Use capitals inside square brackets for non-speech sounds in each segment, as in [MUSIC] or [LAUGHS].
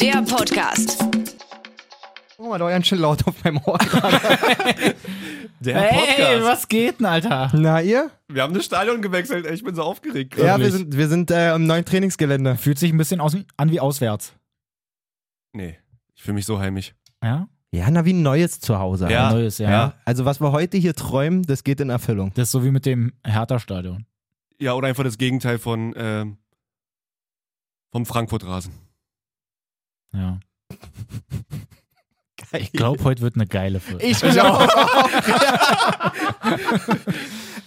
der Podcast. Oh, war doch ganz schön laut auf meinem [LAUGHS] Ohr. Der Podcast. Hey, was geht denn, Alter? Na, ihr? Wir haben das Stadion gewechselt. Ey, Ich bin so aufgeregt. grad. Ja, wir sind, wir sind äh, am neuen Trainingsgelände. Fühlt sich ein bisschen aus, an wie auswärts. Nee, ich fühle mich so heimisch. Ja? Ja, na, wie ein neues Zuhause. Ja. Neues, ja. ja. Also, was wir heute hier träumen, das geht in Erfüllung. Das ist so wie mit dem Hertha-Stadion. Ja, oder einfach das Gegenteil von ähm, vom Frankfurt-Rasen. Ja. Ich glaube, heute wird eine geile Folge. glaube. [LAUGHS]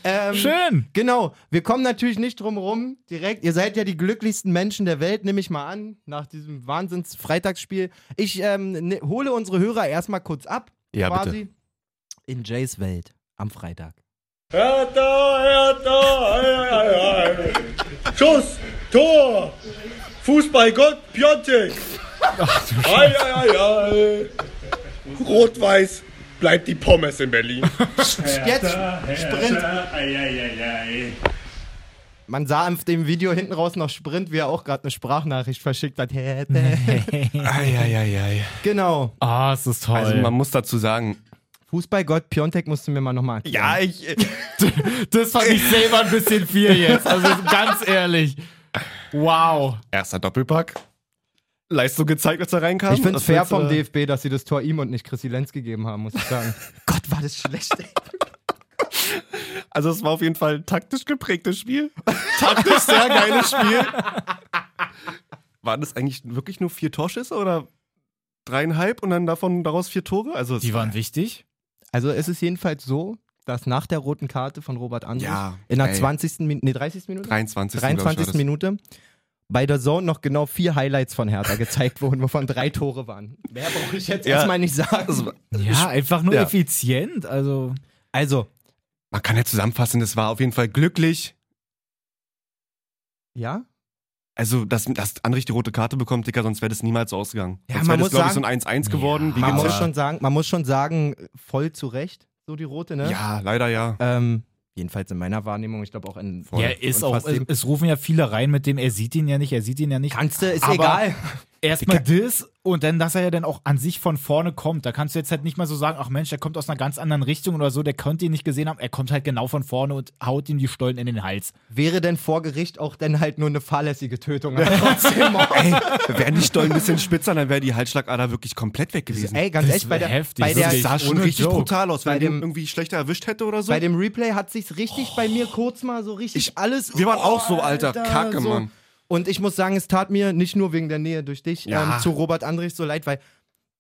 ähm, Schön. Genau, wir kommen natürlich nicht drum rum direkt. Ihr seid ja die glücklichsten Menschen der Welt, nehme ich mal an, nach diesem Wahnsinns-Freitagsspiel. Ich ähm, ne, hole unsere Hörer erstmal kurz ab, Ja, quasi. In Jays Welt am Freitag. Hertha, Hertha, ei, ei, ei, ei. Schuss, Tor, Fußballgott, Piontek. Ei, ei, ei, ei. Rot-Weiß, bleibt die Pommes in [LAUGHS] Berlin. Jetzt Sprint. Man sah auf dem Video hinten raus noch Sprint, wie er auch gerade eine Sprachnachricht verschickt [LAUGHS] hat. Eieiei. genau. Ah, es ist toll. Also man muss dazu sagen, Fußballgott Piontek musst du mir mal nochmal erklären. ja, ich, äh, [LAUGHS] das fand ich selber ein bisschen viel jetzt. Also ganz ehrlich. Wow. [LAUGHS] erster Doppelpack. Leistung gezeigt, als er reinkam. Ich finde es Was fair willst du vom da? DFB, dass sie das Tor ihm und nicht Chrissy Lenz gegeben haben, muss ich [LAUGHS] sagen. Gott, war das schlecht. Ey. Also es war auf jeden Fall ein taktisch geprägtes Spiel. [LAUGHS] taktisch sehr geiles Spiel. Waren das eigentlich wirklich nur vier Torschüsse oder dreieinhalb und dann davon daraus vier Tore? Also es Die waren wichtig. Also es ist jedenfalls so, dass nach der roten Karte von Robert Andrus Ja, in der ey. 20. Minute, nee, 30. Minute? 23. glaub ich, war 23. das. Minute bei der Zone noch genau vier Highlights von Hertha gezeigt wurden, wovon drei Tore waren. Mehr brauche ich jetzt Ja. erstmal nicht sagen. Also Ja, einfach nur Ja. effizient. Also Also, Man kann ja zusammenfassen, es war auf jeden Fall glücklich. ja? Also, dass, dass Andrich die rote Karte bekommt, Dicker, sonst wäre das niemals so ausgegangen. Ja, sonst man wäre das, muss glaube ich, so sagen- ein 1-1 geworden. Ja. wie Man gesagt. muss, schon sagen, man muss schon sagen, voll zu Recht, so die rote, ne? ja, [LAUGHS] leider ja. Ähm, jedenfalls in meiner Wahrnehmung, ich glaube auch in Voll. Ja, ist Und auch. fast Es, eben- es rufen ja viele rein mit dem, er sieht ihn ja nicht, er sieht ihn ja nicht. Kannst du, ist Aber- egal. Erstmal das und dann, dass er ja dann auch an sich von vorne kommt. Da kannst du jetzt halt nicht mal so sagen, ach Mensch, der kommt aus einer ganz anderen Richtung oder so, der konnte ihn nicht gesehen haben. Er kommt halt genau von vorne und haut ihm die Stollen in den Hals. Wäre denn vor Gericht auch dann halt nur eine fahrlässige [LAUGHS] Tötung? aber trotzdem Mord. Wären die Stollen ein bisschen spitzer, dann wäre die Halsschlagader wirklich komplett weg gewesen. Ey, ganz Das ehrlich, bei wär der, heftig, bei, der, wirklich. sah ohne schon richtig Joke. brutal aus, Bei wenn dem- dem irgendwie schlechter erwischt hätte oder so. bei dem Replay hat sich's richtig bei mir kurz mal so richtig alles. Wir waren oh, auch so, Alter. Kacke, so. Mann. Und ich muss sagen, es tat mir nicht nur wegen der Nähe durch dich Ja. ähm, zu Robert Andrich so leid, weil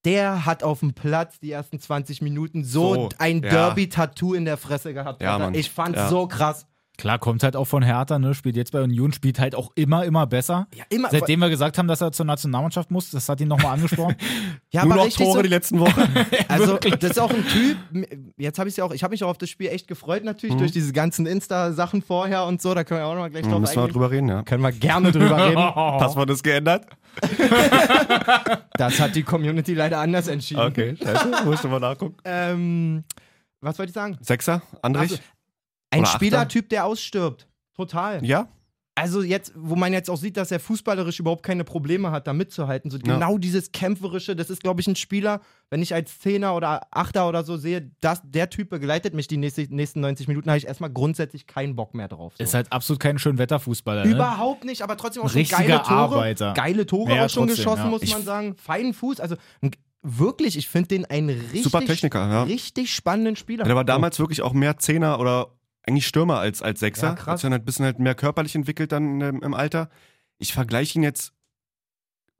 der hat auf dem Platz die ersten 20 Minuten so, So, ein ja. Derby-Tattoo in der Fresse gehabt. Ja, Alter. Mann. Ich fand's Ja. so krass. Klar, kommt halt auch von Hertha, ne? Spielt jetzt bei Union, spielt halt auch immer, immer besser. Ja, immer. Seitdem wir gesagt haben, dass er zur Nationalmannschaft muss, das hat ihn nochmal angesprochen. ja, Nur aber noch richtig Tore so, die letzten [LAUGHS] Wochen. [LAUGHS] Also, das ist auch ein Typ. Jetzt habe ich ja auch, ich habe mich auch auf das Spiel echt gefreut, Mhm. natürlich, durch diese ganzen Insta-Sachen vorher und so. Da können wir auch noch mal gleich drauf Müssen wir eingehen. drüber reden, ja. Können wir gerne drüber [LAUGHS] reden. Passwort ist geändert? Das hat die Community leider anders entschieden. [LAUGHS] Okay, scheiße. Musste mal nachgucken. Ähm, was wollte ich sagen? Sechser, Andrich? Also, Ein Oder Achter? Spielertyp, der ausstirbt. Total. ja? Also jetzt, wo man jetzt auch sieht, dass er fußballerisch überhaupt keine Probleme hat, da mitzuhalten. So Ja. genau dieses Kämpferische, das ist, glaube ich, ein Spieler, wenn ich als Zehner oder Achter oder so sehe, das, der Typ begleitet mich die nächste, nächsten 90 Minuten, habe ich erstmal grundsätzlich keinen Bock mehr drauf. So. Ist halt absolut kein schön Wetterfußballer, ne? Überhaupt nicht, aber trotzdem auch schon Richtiger geile Tore. Arbeiter. Geile Tore Ja, auch schon trotzdem, geschossen, ja. muss Ich- man sagen. Feinen Fuß. Also ein- wirklich, ich finde den einen richtig, Super Techniker, ja. richtig spannenden Spieler. Ja, der war damals wirklich auch mehr Zehner oder eigentlich Stürmer als, als Sechser. Ja, Ja, krass. Hat sich dann halt ein bisschen halt mehr körperlich entwickelt dann ähm, im Alter. Ich vergleiche ihn jetzt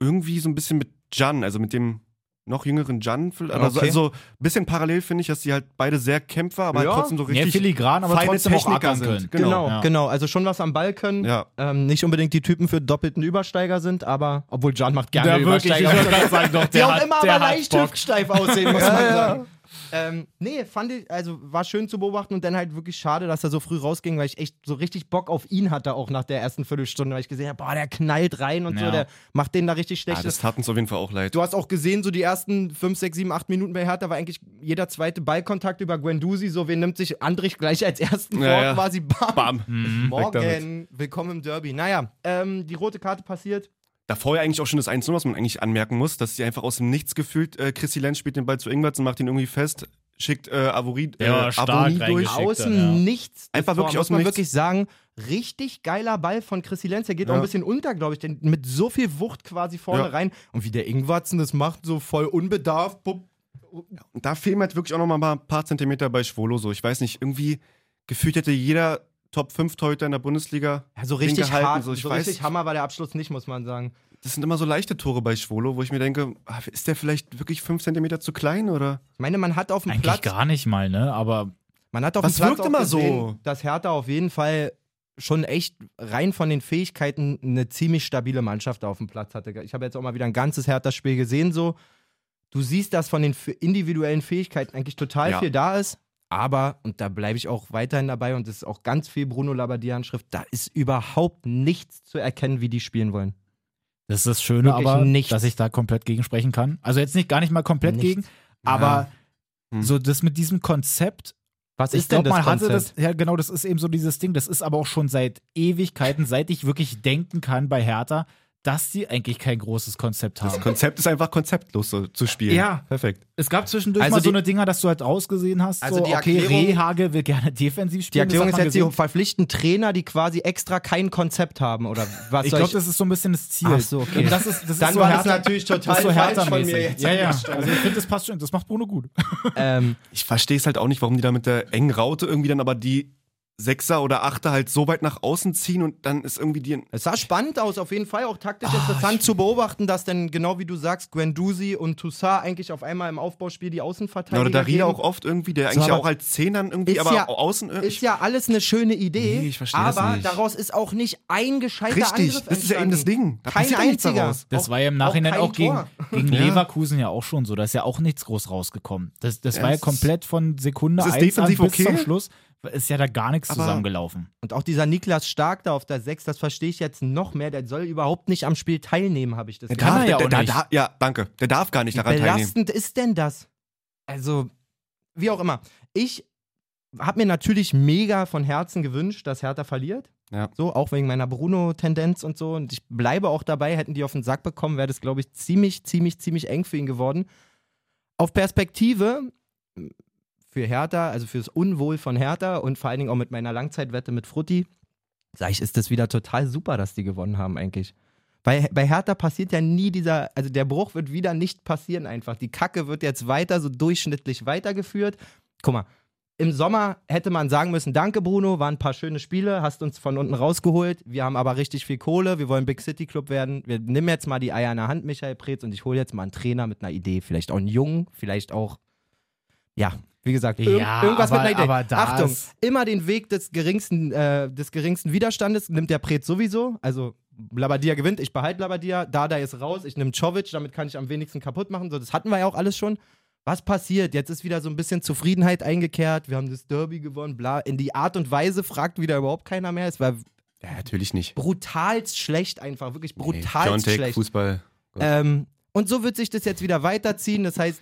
irgendwie so ein bisschen mit Jan, also mit dem noch jüngeren Jan. vielleicht. Also, Okay. also ein bisschen parallel finde ich, dass die halt beide sehr Kämpfer, aber Ja. halt trotzdem so Mehr richtig filigran, aber feine trotzdem auch Techniker ackern sind. können. Genau, Genau, genau, ja. Also schon was am Ball können. Ja. Ähm, nicht unbedingt die Typen für doppelten Übersteiger sind, aber obwohl Jan macht gerne Übersteiger. ich wollte gerade sagen, doch, Die [LAUGHS] [LAUGHS] der auch hat, immer der aber hat leicht Bock. hüftsteif aussehen, muss man sagen. Ähm, nee, fand ich, also war schön zu beobachten und dann halt wirklich schade, dass er so früh rausging, weil ich echt so richtig Bock auf ihn hatte, auch nach der ersten Viertelstunde, weil ich gesehen habe, boah, der knallt rein und so, Ja. der macht den da richtig Ja, schlechtes. Ah, das tat uns auf jeden Fall auch leid. du hast auch gesehen, so die ersten 5, 6, 7, 8 Minuten bei Hertha war eigentlich jeder zweite Ballkontakt über Guendouzi, so wen nimmt sich Andrich gleich als ersten vor, Ja, ja. quasi bam. Bam. Mhm. Morgen, willkommen im Derby. Naja, ähm, die rote Karte passiert. Davor ja eigentlich auch schon das 1-0, was man eigentlich anmerken muss, dass sie einfach aus dem Nichts gefühlt, äh, Chrissy Lenz spielt den Ball zu Ingwerts und macht ihn irgendwie fest, schickt äh, Avori, äh, Ja, stark Avoni durch. reingeschickt. Geschickter, Außen ja. nichts. Einfach Das Tor, wirklich muss aus dem man Nichts. wirklich sagen, richtig geiler Ball von Chrissy Lenz. Der geht auch Ja. ein bisschen unter, glaube ich, denn mit so viel Wucht quasi vorne Ja. rein. Und wie der Ingwatzen das macht, so voll unbedarft. Bup. Und da fehlen halt wirklich auch noch mal ein paar Zentimeter bei Schwolo so. Ich weiß nicht, irgendwie gefühlt hätte jeder Top 5 Torhüter in der Bundesliga Ja, so den richtig gehalten. hart, So, ich so weiß, richtig Hammer war der Abschluss nicht, muss man sagen. das sind immer so leichte Tore bei Schwolo, wo ich mir denke, ah, ist der vielleicht wirklich 5 Zentimeter zu klein oder? Ich meine, man hat auf dem Eigentlich Platz, gar nicht mal, ne? Aber man hat auf Was dem Platz wirkt auch immer so? gesehen, dass Hertha auf jeden Fall schon echt rein von den Fähigkeiten eine ziemlich stabile Mannschaft auf dem Platz hatte. Ich habe jetzt auch mal wieder ein ganzes Hertha-Spiel gesehen, so. Du siehst, dass von den f- individuellen Fähigkeiten eigentlich total Ja. viel da ist. Aber, und da bleibe ich auch weiterhin dabei, und das ist auch ganz viel Bruno Labbadia-Handschrift, da ist überhaupt nichts zu erkennen, wie die spielen wollen. das ist das Schöne, Wirklich aber nichts. dass ich da komplett gegen sprechen kann. Also jetzt nicht gar nicht mal komplett Nichts. gegen, aber Hm. so das mit diesem Konzept, Was ich ist denn glaube, das man hatte Konzept? das, ja genau, das ist eben so dieses Ding, das ist aber auch schon seit Ewigkeiten, seit ich wirklich denken kann bei Hertha, dass die eigentlich kein großes Konzept Das haben. Konzept ist einfach konzeptlos so, zu spielen. Ja. Perfekt. Es gab zwischendurch Also mal so die- eine Dinger, dass du halt rausgesehen hast, Also so, die okay, Erklärung- Rehage will gerne defensiv Die spielen. Erklärung das ist hat man jetzt, gesehen. sie verpflichten Trainer, die quasi extra kein Konzept haben, [LAUGHS] oder was Ich soll glaube, das ist so ein bisschen das Ziel. Ach so, okay. Das ist, das Dann ist so war das Hertha- natürlich total das ist so falsch von Hertha-mäßig. mir jetzt Ja, ja. Also ich finde, das passt schon. Das macht Bruno gut. ähm, Ich verstehe es halt auch nicht, warum die da mit der engen Raute irgendwie dann aber die Sechser oder Achter halt so weit nach außen ziehen und dann ist irgendwie die. Es sah spannend aus, auf jeden Fall auch taktisch Ah, interessant zu beobachten, dass dann genau wie du sagst, Guendouzi und Toussaint eigentlich auf einmal im Aufbauspiel die Na, Außenverteidiger oder Daria geben. auch oft irgendwie, der So, eigentlich ja aber- auch als Zehn dann irgendwie, Ist aber ja- außen irgendwie. Ist ja alles eine schöne Idee, Nee, ich verstehe das aber nicht. daraus ist auch nicht ein gescheiter Richtig, Angriff das ist ja eben das entstanden. Ding. Da Kein passiert ja nichts einziger. daraus. Das Auch- war ja im Nachhinein kein auch, gegen, Tor. [LAUGHS] gegen Ja. Leverkusen ja auch schon so. Da ist ja auch nichts groß rausgekommen. Das, das Ja, war ja es ist- komplett von Sekunde es ist 1 an bis defensiv okay. zum Schluss. Ist ja da gar nichts Aber- zusammengelaufen. Und auch dieser Niklas Stark da auf der 6, das verstehe ich jetzt noch mehr, der soll überhaupt nicht am Spiel teilnehmen, habe ich das Der Kann darf, er ja der, auch der, nicht. da- ja, danke. Der darf gar nicht daran teilnehmen. belastend ist denn das? Also, wie auch immer. Ich habe mir natürlich mega von Herzen gewünscht, dass Hertha verliert. Ja. So, auch wegen meiner Bruno-Tendenz und so. Und ich bleibe auch dabei, hätten die auf den Sack bekommen, wäre das, glaube ich, ziemlich, ziemlich, ziemlich eng für ihn geworden. Auf Perspektive für Hertha, also fürs Unwohl von Hertha und vor allen Dingen auch mit meiner Langzeitwette mit Frutti, sag ich, ist das wieder total super, dass die gewonnen haben eigentlich. Weil bei Hertha passiert ja nie dieser, also der Bruch wird wieder nicht passieren einfach. Die Kacke wird jetzt weiter, so durchschnittlich weitergeführt. Guck mal, im Sommer hätte man sagen müssen, danke Bruno, waren ein paar schöne Spiele, hast uns von unten rausgeholt, wir haben aber richtig viel Kohle, wir wollen Big City Club werden, wir nehmen jetzt mal die Eier in der Hand, Michael Preetz, und ich hole jetzt mal einen Trainer mit einer Idee, vielleicht auch einen Jungen, vielleicht auch, ja, wie gesagt, irg Ja, irgendwas aber- mit einer Idee. aber das- Achtung, immer den Weg des geringsten, äh, des geringsten Widerstandes nimmt der Preetz sowieso, also Labadia gewinnt, ich behalte Labadia, Dada ist raus, ich nehme Czovic, damit kann ich am wenigsten kaputt machen, so, das hatten wir ja auch alles schon was passiert? Jetzt ist wieder so ein bisschen Zufriedenheit eingekehrt. Wir haben das Derby gewonnen, bla. In die Art und Weise fragt wieder überhaupt keiner mehr. Es war Ja, natürlich nicht. brutalst schlecht einfach, wirklich brutal John Tech, schlecht. Fußball. Ähm, und so wird sich das jetzt wieder weiterziehen. Das heißt,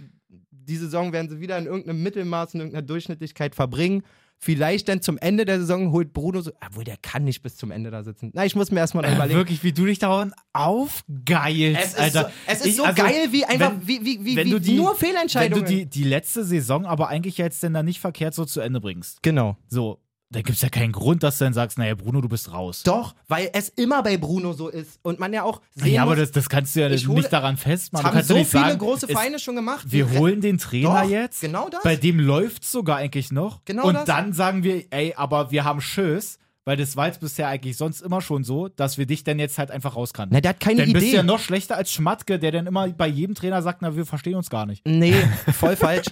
die Saison werden sie wieder in irgendeinem Mittelmaß, in irgendeiner Durchschnittlichkeit verbringen. Vielleicht dann zum Ende der Saison holt Bruno so, obwohl der kann nicht bis zum Ende da sitzen. Na, ich muss mir Äh, erstmal noch überlegen. wirklich, wie du dich daran aufgeilst, Es ist Alter. so, es ist Ich- so also, geil, wie einfach, wenn- wie, wie, wie, wenn wie du die- nur Wenn du Fehlentscheidungen. die, die letzte Saison aber eigentlich jetzt denn da nicht verkehrt so zu Ende bringst. genau. So, da gibt es ja keinen Grund, dass du dann sagst, naja, Bruno, du bist raus. Doch, weil es immer bei Bruno so ist und man ja auch sehen ja, aber muss, das, das kannst du ja Ich nicht hole- daran festmachen. das Du haben kannst so ja viele nicht sagen, große es- Feinde schon gemacht. Wir Die- holen den Trainer Doch, jetzt. genau das. Bei dem läuft sogar eigentlich noch. Genau Und das. dann sagen wir, ey, aber wir haben Schiss, weil das war jetzt bisher eigentlich sonst immer schon so, dass wir dich dann jetzt halt einfach rauskannten. Na, der hat keine dann bist Idee. du ja noch schlechter als Schmatke, der dann immer bei jedem Trainer sagt, na, wir verstehen uns gar nicht. [LAUGHS] nee, voll falsch.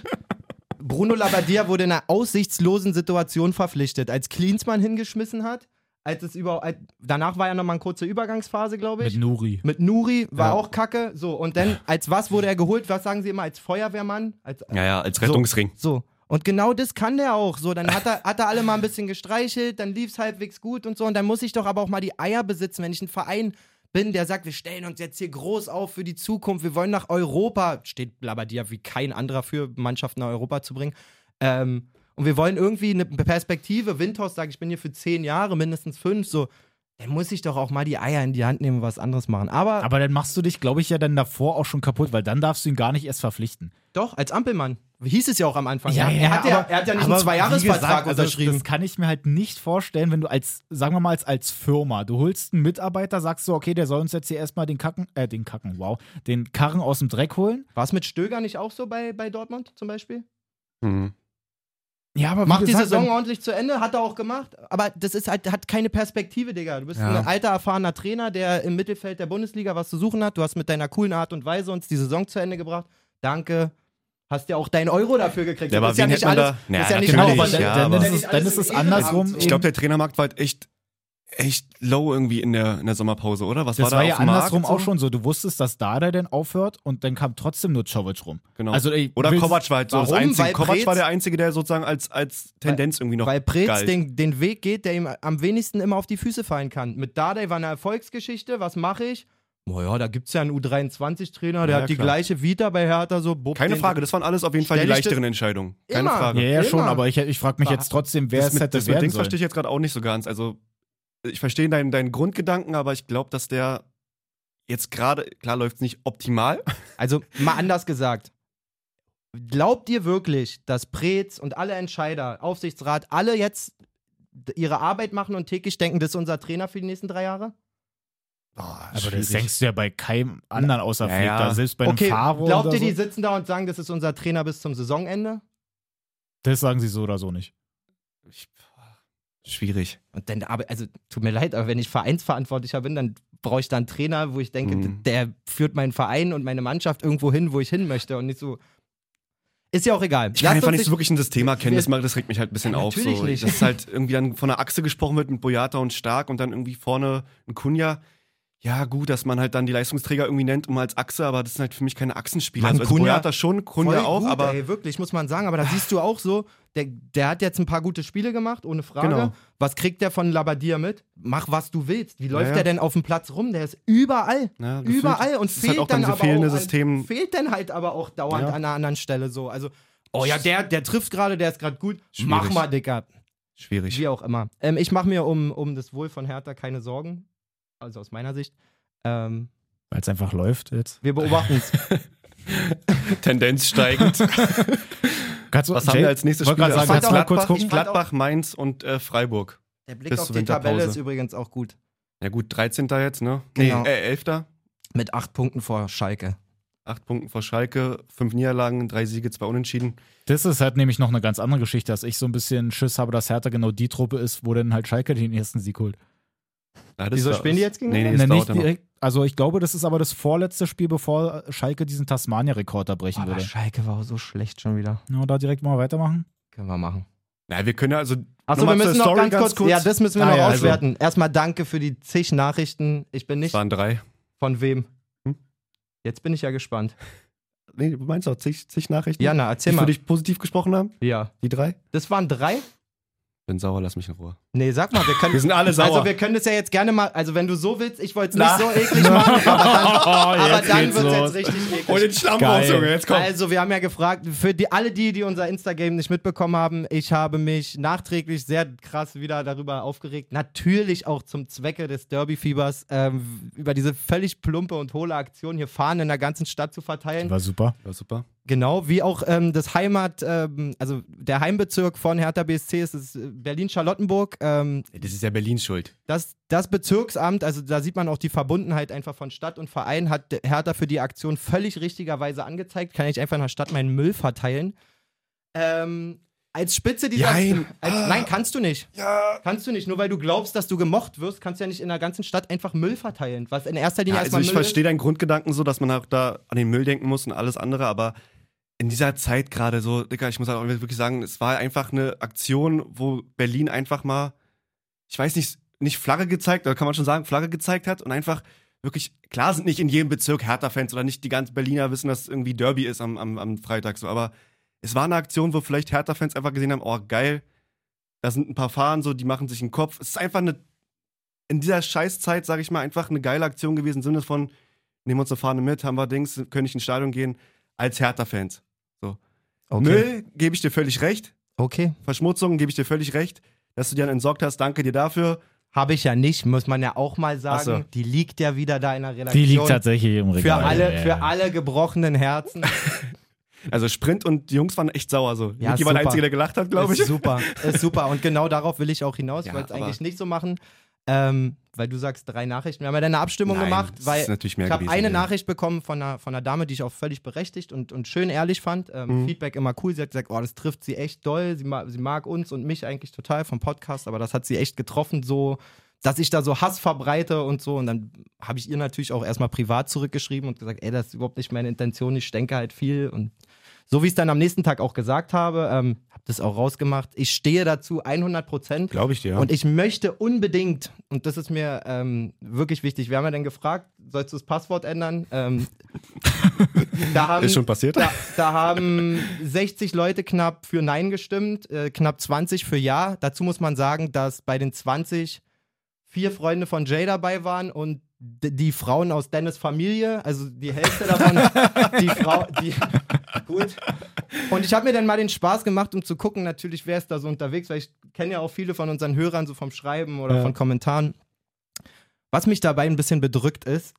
Bruno Labbadia wurde in einer aussichtslosen Situation verpflichtet, als Klinsmann hingeschmissen hat, als es über als, danach war ja nochmal eine kurze Übergangsphase, glaube ich. Mit Nuri. Mit Nuri war Ja. auch Kacke, so und dann als was wurde er geholt? Was sagen Sie immer als Feuerwehrmann? Als Ja, ja, als Rettungsring. So. Und genau das kann der auch. So, dann hat er, [LAUGHS] hat er alle mal ein bisschen gestreichelt, dann lief es halbwegs gut und so. Und dann muss ich doch aber auch mal die Eier besitzen, wenn ich ein Verein bin, der sagt, wir stellen uns jetzt hier groß auf für die Zukunft, wir wollen nach Europa. Steht Labadia wie kein anderer für, Mannschaften nach Europa zu bringen. Ähm, und wir wollen irgendwie eine Perspektive. Windhaus sagt, ich bin hier für zehn Jahre, mindestens fünf. So, dann muss ich doch auch mal die Eier in die Hand nehmen und was anderes machen. Aber, Aber dann machst du dich, glaube ich, ja dann davor auch schon kaputt, weil dann darfst du ihn gar nicht erst verpflichten. doch, als Ampelmann. Hieß es ja auch am Anfang. Ja, ja, er, hat ja aber- er hat ja nicht aber einen Zweijahresvertrag wie gesagt, also unterschrieben. Das kann ich mir halt nicht vorstellen, wenn du als, sagen wir mal, als, als Firma, du holst einen Mitarbeiter, sagst so, okay, der soll uns jetzt hier erstmal den Kacken, äh, den Kacken, wow, den Karren aus dem Dreck holen. War es mit Stöger nicht auch so bei, bei Dortmund zum Beispiel? Mhm. Ja, aber Macht die Saison ordentlich zu Ende, hat er auch gemacht. Aber das ist halt, hat keine Perspektive, Digga. Du bist Ja. ein alter, erfahrener Trainer, der im Mittelfeld der Bundesliga was zu suchen hat. Du hast mit deiner coolen Art und Weise uns die Saison zu Ende gebracht. Danke. Hast ja auch deinen Euro dafür gekriegt. Ja, aber das ist ja wen nicht hätte man alles. da- Ja, das ist ja nicht Genau, Natürlich, aber alles. dann, ja, dann, aber- ist es, dann ist es Wenn nicht alles andersrum. im Ich glaube, der Trainermarkt war halt echt, echt low irgendwie in der, in der Sommerpause, oder? Was das war da war auf ja dem Markt andersrum so? auch schon so. Du wusstest, dass Dada denn aufhört und dann kam trotzdem nur Czovic rum. Genau. Also, ey, oder willst- Kovac war halt so das Warum? Einzige. Weil Kovac war Preetz- der Einzige, der sozusagen als, als Tendenz irgendwie noch Weil Preetz galt. den, den Weg geht, der ihm am wenigsten immer auf die Füße fallen kann. Mit Dardai war eine Erfolgsgeschichte, was mache ich? Naja, da gibt es ja einen U23-Trainer, der Ja, hat die klar. gleiche Vita bei Hertha, so bob, Keine den- Frage, das waren alles auf jeden Fall die Stell dich das- leichteren Entscheidungen. Keine Immer. Ja, Frage. ja, schon, Immer. aber ich, ich frage mich War- jetzt trotzdem, wer das es mit, hätte das mit werden Dings sollen. verstehe ich jetzt gerade auch nicht so ganz. Also, ich verstehe deinen, deinen Grundgedanken, aber ich glaube, dass der jetzt gerade, klar läuft es nicht optimal. Also mal anders gesagt. Glaubt ihr wirklich, dass Preetz und alle Entscheider, Aufsichtsrat, alle jetzt d- ihre Arbeit machen und täglich denken, das ist unser Trainer für die nächsten drei Jahre? Aber das denkst du ja bei keinem anderen außer Ja, Flick ja. da, selbst bei einem okay, Faro glaubt oder ihr, die so. sitzen da und sagen, das ist unser Trainer bis zum Saisonende? Das sagen sie so oder so nicht. Ich, schwierig. Und dann, aber, also tut mir leid, aber wenn ich Vereinsverantwortlicher bin, dann brauche ich da einen Trainer, wo ich denke, Mhm. d- der führt meinen Verein und meine Mannschaft irgendwo hin, wo ich hin möchte und nicht so. Ist ja auch egal. Ich kann Lasst einfach uns nicht so wirklich in das Thema kennen, das, mag- das regt mich halt ein bisschen Ja, auf. So. natürlich nicht. Das ist halt irgendwie dann von der Achse gesprochen wird mit Boyata und Stark und dann irgendwie vorne ein Kunja. Ja, gut, dass man halt dann die Leistungsträger irgendwie nennt, um als Achse, aber das sind halt für mich keine Achsenspieler. Mann, Also, als Kunja- Boyata schon, Kunja Voll auch, gut, aber Ey, wirklich, muss man sagen. Aber da siehst du auch so, der, der hat jetzt ein paar gute Spiele gemacht, ohne Frage. Genau. Was kriegt der von Labadia mit? Mach, was du willst. Wie läuft ja. der denn auf dem Platz rum? Der ist überall. Ja, ne, gefühlt überall. Und ist es fehlt halt auch dann dann diese aber fehlende auch an- System- Fehlt dann halt aber auch dauernd Hm. Ja. an einer anderen Stelle so. Also, oh ja, der, der trifft gerade, der ist gerade gut. Mach Schwierig. mal, Dicker. schwierig. Wie auch immer. Ähm, ich mache mir um, um das Wohl von Hertha keine Sorgen. Also aus meiner Sicht. Ähm, Weil es einfach läuft jetzt. wir beobachten [LAUGHS] es. Tendenz steigend. Kannst du, [LAUGHS] Was haben wir als nächstes wollt Spiel? Äh, grad sagen, Ich fand kannst du mal kurz Gladbach, gucken? Gladbach, Mainz und äh, Freiburg. Der Blick Bis auf zur die Tabelle Winterpause. ist übrigens auch gut. Ja gut, 13. jetzt, ne? Genau. Nee, äh, 11. Mit acht Punkten vor Schalke. Acht Punkten vor Schalke, fünf Niederlagen, drei Siege, zwei Unentschieden. Das ist halt nämlich noch eine ganz andere Geschichte, dass ich so ein bisschen Schiss habe, dass Hertha genau die Truppe ist, wo dann halt Schalke den ersten Sieg holt. Ja, das Wieso dauert- spielen die jetzt gegen Nee, nee, Na, das nicht dauert ja noch. direkt, also ich glaube, das ist aber das vorletzte Spiel, bevor Schalke diesen Tasmania-Rekord erbrechen Aber würde. Schalke war auch so schlecht schon wieder. Na, da direkt mal weitermachen. Können wir machen. Na, wir können ja also Achso, wir Nochmal zur müssen noch Story ganz, ganz kurz, kurz. Ja, das müssen wir Ah, noch ja, also- auswerten. Erstmal danke für die zig Nachrichten. Ich bin Es nicht. waren drei. Von wem? Hm? Jetzt bin ich ja gespannt. Nee, du meinst doch zig, zig Nachrichten, Jana, erzähl die für mal. dich positiv gesprochen haben? Ja. Die drei? Das waren drei? Bin sauer, lass mich in Ruhe. Nee, sag mal, wir können. Wir sind alle sauer. Also, wir können das ja jetzt gerne mal. Also, wenn du so willst, ich wollte es Na. nicht so eklig machen, aber dann, [LAUGHS] aber [LAUGHS] jetzt dann geht's wird es los. jetzt richtig eklig. den Stamm Geil. raus, Junge, jetzt Also, wir haben ja gefragt, für die, alle die, die unser Instagram nicht mitbekommen haben, ich habe mich nachträglich sehr krass wieder darüber aufgeregt. Natürlich auch zum Zwecke des Derby-Fiebers, ähm, über diese völlig plumpe und hohle Aktion, hier Fahnen in der ganzen Stadt zu verteilen. War super. Ja, super. Genau, wie auch ähm, das Heimat, ähm, also der Heimbezirk von Hertha BSC ist es äh, Berlin-Charlottenburg. Ähm, Das ist ja Berlins Schuld. das, das Bezirksamt, also da sieht man auch die Verbundenheit einfach von Stadt und Verein, hat Hertha für die Aktion völlig richtigerweise angezeigt. Kann ich einfach in der Stadt meinen Müll verteilen? Ähm, als Spitze dieser. Jein. Ah. Als, Nein, kannst du nicht. Ja. Kannst du nicht. Nur weil du glaubst, dass du gemocht wirst, kannst du ja nicht in der ganzen Stadt einfach Müll verteilen. Was in erster Linie ja also erstmal ich Müll verstehe deinen Grundgedanken so, dass man auch da an den Müll denken muss und alles andere, aber in dieser Zeit gerade so, Digga, ich muss halt auch wirklich sagen, es war einfach eine Aktion, wo Berlin einfach mal, ich weiß nicht, nicht Flagge gezeigt, oder kann man schon sagen, Flagge gezeigt hat und einfach wirklich, klar sind nicht in jedem Bezirk Hertha-Fans oder nicht die ganzen Berliner wissen, dass irgendwie Derby ist am, am, am Freitag so, aber es war eine Aktion, wo vielleicht Hertha-Fans einfach gesehen haben, oh geil, da sind ein paar Fahnen so, die machen sich einen Kopf. Es ist einfach eine, in dieser Scheißzeit, sage ich mal, einfach eine geile Aktion gewesen, im Sinne von, nehmen wir uns eine Fahne mit, haben wir Dings, können ich ins Stadion gehen, als Hertha-Fans. Okay. Müll, gebe ich dir völlig recht. Okay. Verschmutzung, gebe ich dir völlig recht, dass du die dann entsorgt hast, danke dir dafür. Habe ich ja nicht, muss man ja auch mal sagen. Ach so. Die liegt ja wieder da in der Redaktion. Die liegt tatsächlich im für Regal. alle, Ja, ja, für ja. alle gebrochenen Herzen. Also Sprint und die Jungs waren echt sauer. So. Ja, Niki war super. der Einzige, der gelacht hat, glaube ich. Ist super, ist super. Und genau darauf will ich auch hinaus. Ich Ja, wollte es aber- eigentlich nicht so machen, ähm, weil du sagst drei Nachrichten. Wir haben ja dann eine Abstimmung Nein, gemacht, es weil ist natürlich mehr ich habe gewesen, eine ja. Nachricht bekommen von einer, von einer Dame, die ich auch völlig berechtigt und, und schön ehrlich fand. Ähm, Mhm. Feedback immer cool. Sie hat gesagt, oh, das trifft sie echt doll. Sie, ma sie mag uns und mich eigentlich total vom Podcast, aber das hat sie echt getroffen, so dass ich da so Hass verbreite und so. Und dann habe ich ihr natürlich auch erstmal privat zurückgeschrieben und gesagt, ey, das ist überhaupt nicht meine Intention. Ich denke halt viel und so wie ich es dann am nächsten Tag auch gesagt habe, ähm, habe das auch rausgemacht. Ich stehe dazu 100 Prozent. Glaube ich dir. Und ich möchte unbedingt, und das ist mir ähm, wirklich wichtig, wir haben ja dann gefragt, sollst du das Passwort ändern? [LAUGHS] Ähm, da haben, ist schon passiert. [LAUGHS] da, da haben 60 Leute knapp für Nein gestimmt, äh, knapp 20 für Ja. Dazu muss man sagen, dass bei den 20 vier Freunde von Jay dabei waren und d- die Frauen aus Dennis Familie, also die Hälfte davon, die Frau, die, [LAUGHS] gut. Und ich habe mir dann mal den Spaß gemacht, um zu gucken, natürlich, wer ist da so unterwegs, weil ich kenne ja auch viele von unseren Hörern so vom Schreiben oder Ja. von Kommentaren. Was mich dabei ein bisschen bedrückt ist,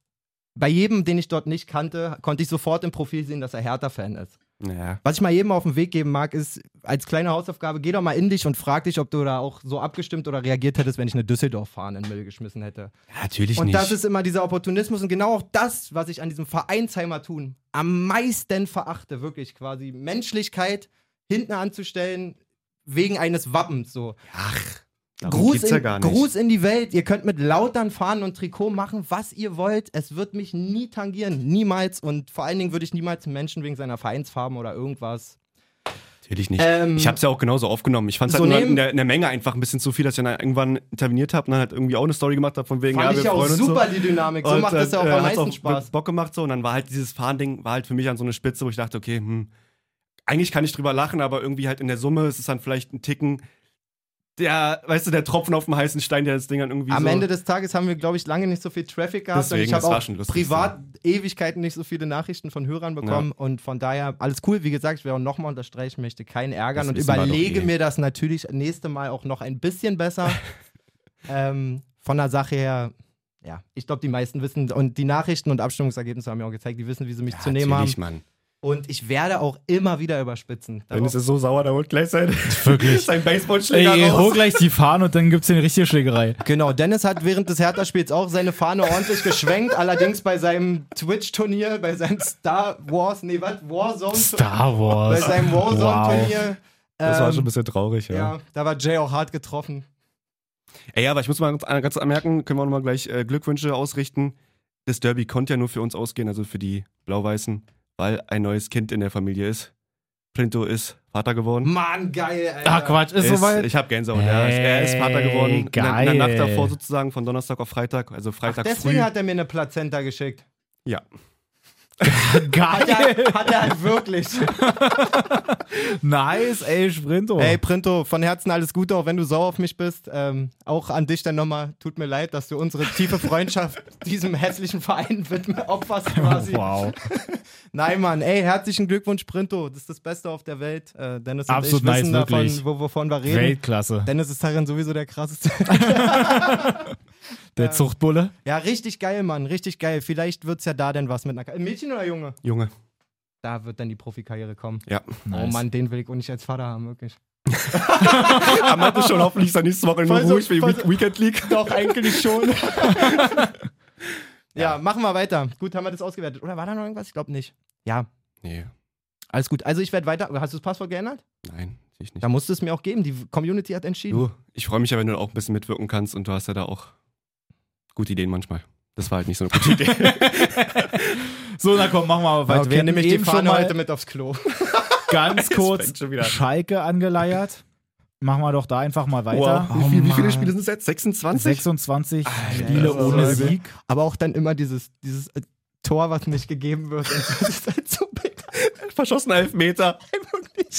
bei jedem, den ich dort nicht kannte, konnte ich sofort im Profil sehen, dass er Hertha-Fan ist. Naja. Was ich mal jedem auf den Weg geben mag, ist, als kleine Hausaufgabe, geh doch mal in dich und frag dich, ob du da auch so abgestimmt oder reagiert hättest, wenn ich eine Düsseldorf-Fahne in den Müll geschmissen hätte. Natürlich und das ist immer dieser Opportunismus und genau auch das, was ich an diesem Vereinsheimer tun am meisten verachte, wirklich quasi Menschlichkeit hinten anzustellen wegen eines Wappens so. Ach, darum Gruß geht's in, ja gar nicht. Gruß in die Welt. Ihr könnt mit lautern Fahnen und Trikot machen, was ihr wollt. Es wird mich nie tangieren. Niemals. Und vor allen Dingen würde ich niemals einen Menschen wegen seiner Vereinsfarben oder irgendwas. Natürlich nicht. Ähm, ich habe es ja auch genauso aufgenommen. Ich fand es so halt nur nehmen- in, der, in der Menge einfach ein bisschen zu viel, dass ich dann irgendwann interveniert habe und dann halt irgendwie auch eine Story gemacht habe von wegen, Fand ja, wir ich ja auch freuen uns super, so. die Dynamik. So Und, macht das ja auch äh, am hat's meisten Spaß. Bock gemacht so und dann war halt dieses Fahnding war halt für mich an so eine Spitze, wo ich dachte, okay, hm, eigentlich kann ich drüber lachen, aber irgendwie halt in der Summe ist es dann vielleicht ein Ticken der, weißt du, der Tropfen auf dem heißen Stein, der das Ding dann irgendwie Am so Ende des Tages haben wir, glaube ich, lange nicht so viel Traffic gehabt. Deswegen, und das war schon ich habe auch lustig, privat Ewigkeiten nicht so viele Nachrichten von Hörern bekommen. Und von daher, alles cool. Wie gesagt, ich wäre auch nochmal unterstreichen möchte, keinen ärgern. Das und wissen wir doch überlege eh. mir das natürlich nächste Mal auch noch ein bisschen [LAUGHS] besser. ähm, von der Sache her, ja, ich glaube, die meisten wissen, und die Nachrichten und Abstimmungsergebnisse haben mir auch gezeigt, die wissen, wie sie mich zu nehmen haben. natürlich, Mann. Und ich werde auch immer wieder überspitzen. Darauf- Dennis ist so sauer, der holt gleich sein, Wirklich. [LAUGHS] sein Baseballschläger Ey, hol Ähm, raus. gleich die Fahne und dann gibt's hier eine [LAUGHS] richtige Schlägerei. Genau, Dennis hat während des Hertha-Spiels auch seine Fahne ordentlich geschwenkt, allerdings bei seinem Twitch-Turnier, bei seinem Star Wars, nee, was? Warzone? Star Bei Wars. seinem Warzone-Turnier. Das war ähm, schon ein bisschen traurig, ja. ja, da war Jay auch hart getroffen. Ey, aber ich muss mal ganz, ganz anmerken, können wir auch noch mal gleich äh, Glückwünsche ausrichten. Das Derby konnte ja nur für uns ausgehen, also für die Blau-Weißen, weil ein neues Kind in der Familie ist. Plinto ist Vater geworden. Mann, geil, Alter. Ach Ah, Quatsch, [LAUGHS] ist soweit. Ich hab Gänsehaut. ja. er ist Hey, Vater geworden. In der- In der geil. Nacht davor sozusagen, von Donnerstag auf Freitag, also Freitag Deswegen früh. hat er mir eine Plazenta geschickt. ja. Hat Geil. er, hat er halt wirklich. Nice, ey, Sprinto. Ey, Printo, von Herzen alles Gute, auch wenn du sauer auf mich bist. Ähm, auch an dich dann nochmal, tut mir leid, dass du unsere tiefe Freundschaft [LAUGHS] diesem hässlichen Verein widmen, opferst quasi. wow. Nein, Mann, ey, herzlichen Glückwunsch, Printo. Das ist das Beste auf der Welt. Äh, Dennis und Absolut ich wissen nice, davon, wirklich. wo, wovon wir reden. Weltklasse. Dennis ist darin sowieso der krasseste. [LAUGHS] Der Zuchtbulle. ja, richtig geil, Mann, richtig geil. Vielleicht wird's ja da denn was mit einer Ka Mädchen oder Junge? Junge. Da wird dann die Profikarriere kommen. Ja. Oh Nice. Mann, den will ich auch nicht als Vater haben, wirklich. Er meinte schon, hoffentlich ist er nächste Woche nur Voll so- ruhig wegen voll Week so- Weekend League. Doch, eigentlich schon. ja, machen wir weiter. Gut, haben wir das ausgewertet. Oder war da noch irgendwas? Ich glaube nicht. Ja, [LAUGHS] Nee, alles gut. Also ich werde weiter. Hast du das Passwort geändert? nein, ich nicht. Da musst du es mir auch geben. Die Community hat entschieden. Du, ich freue mich ja, wenn du auch ein bisschen mitwirken kannst und du hast ja da auch gute Ideen manchmal. Das war halt nicht so eine gute Idee. So, na komm, machen wir aber weiter. Okay, Wir hatten nehme ich die eben schon Fahne mal heute mit aufs Klo. [LAUGHS] ganz kurz fängt schon wieder an. Schalke angeleiert. Machen wir doch da einfach mal weiter. Wow. Wie, viel, Oh wie viele Spiele sind es jetzt? 26? 26 Alter, Spiele das ist ohne so übel. Sieg. Aber auch dann immer dieses, dieses äh, Tor, was nicht gegeben wird. Und das ist halt so bitter. Verschossene Elfmeter.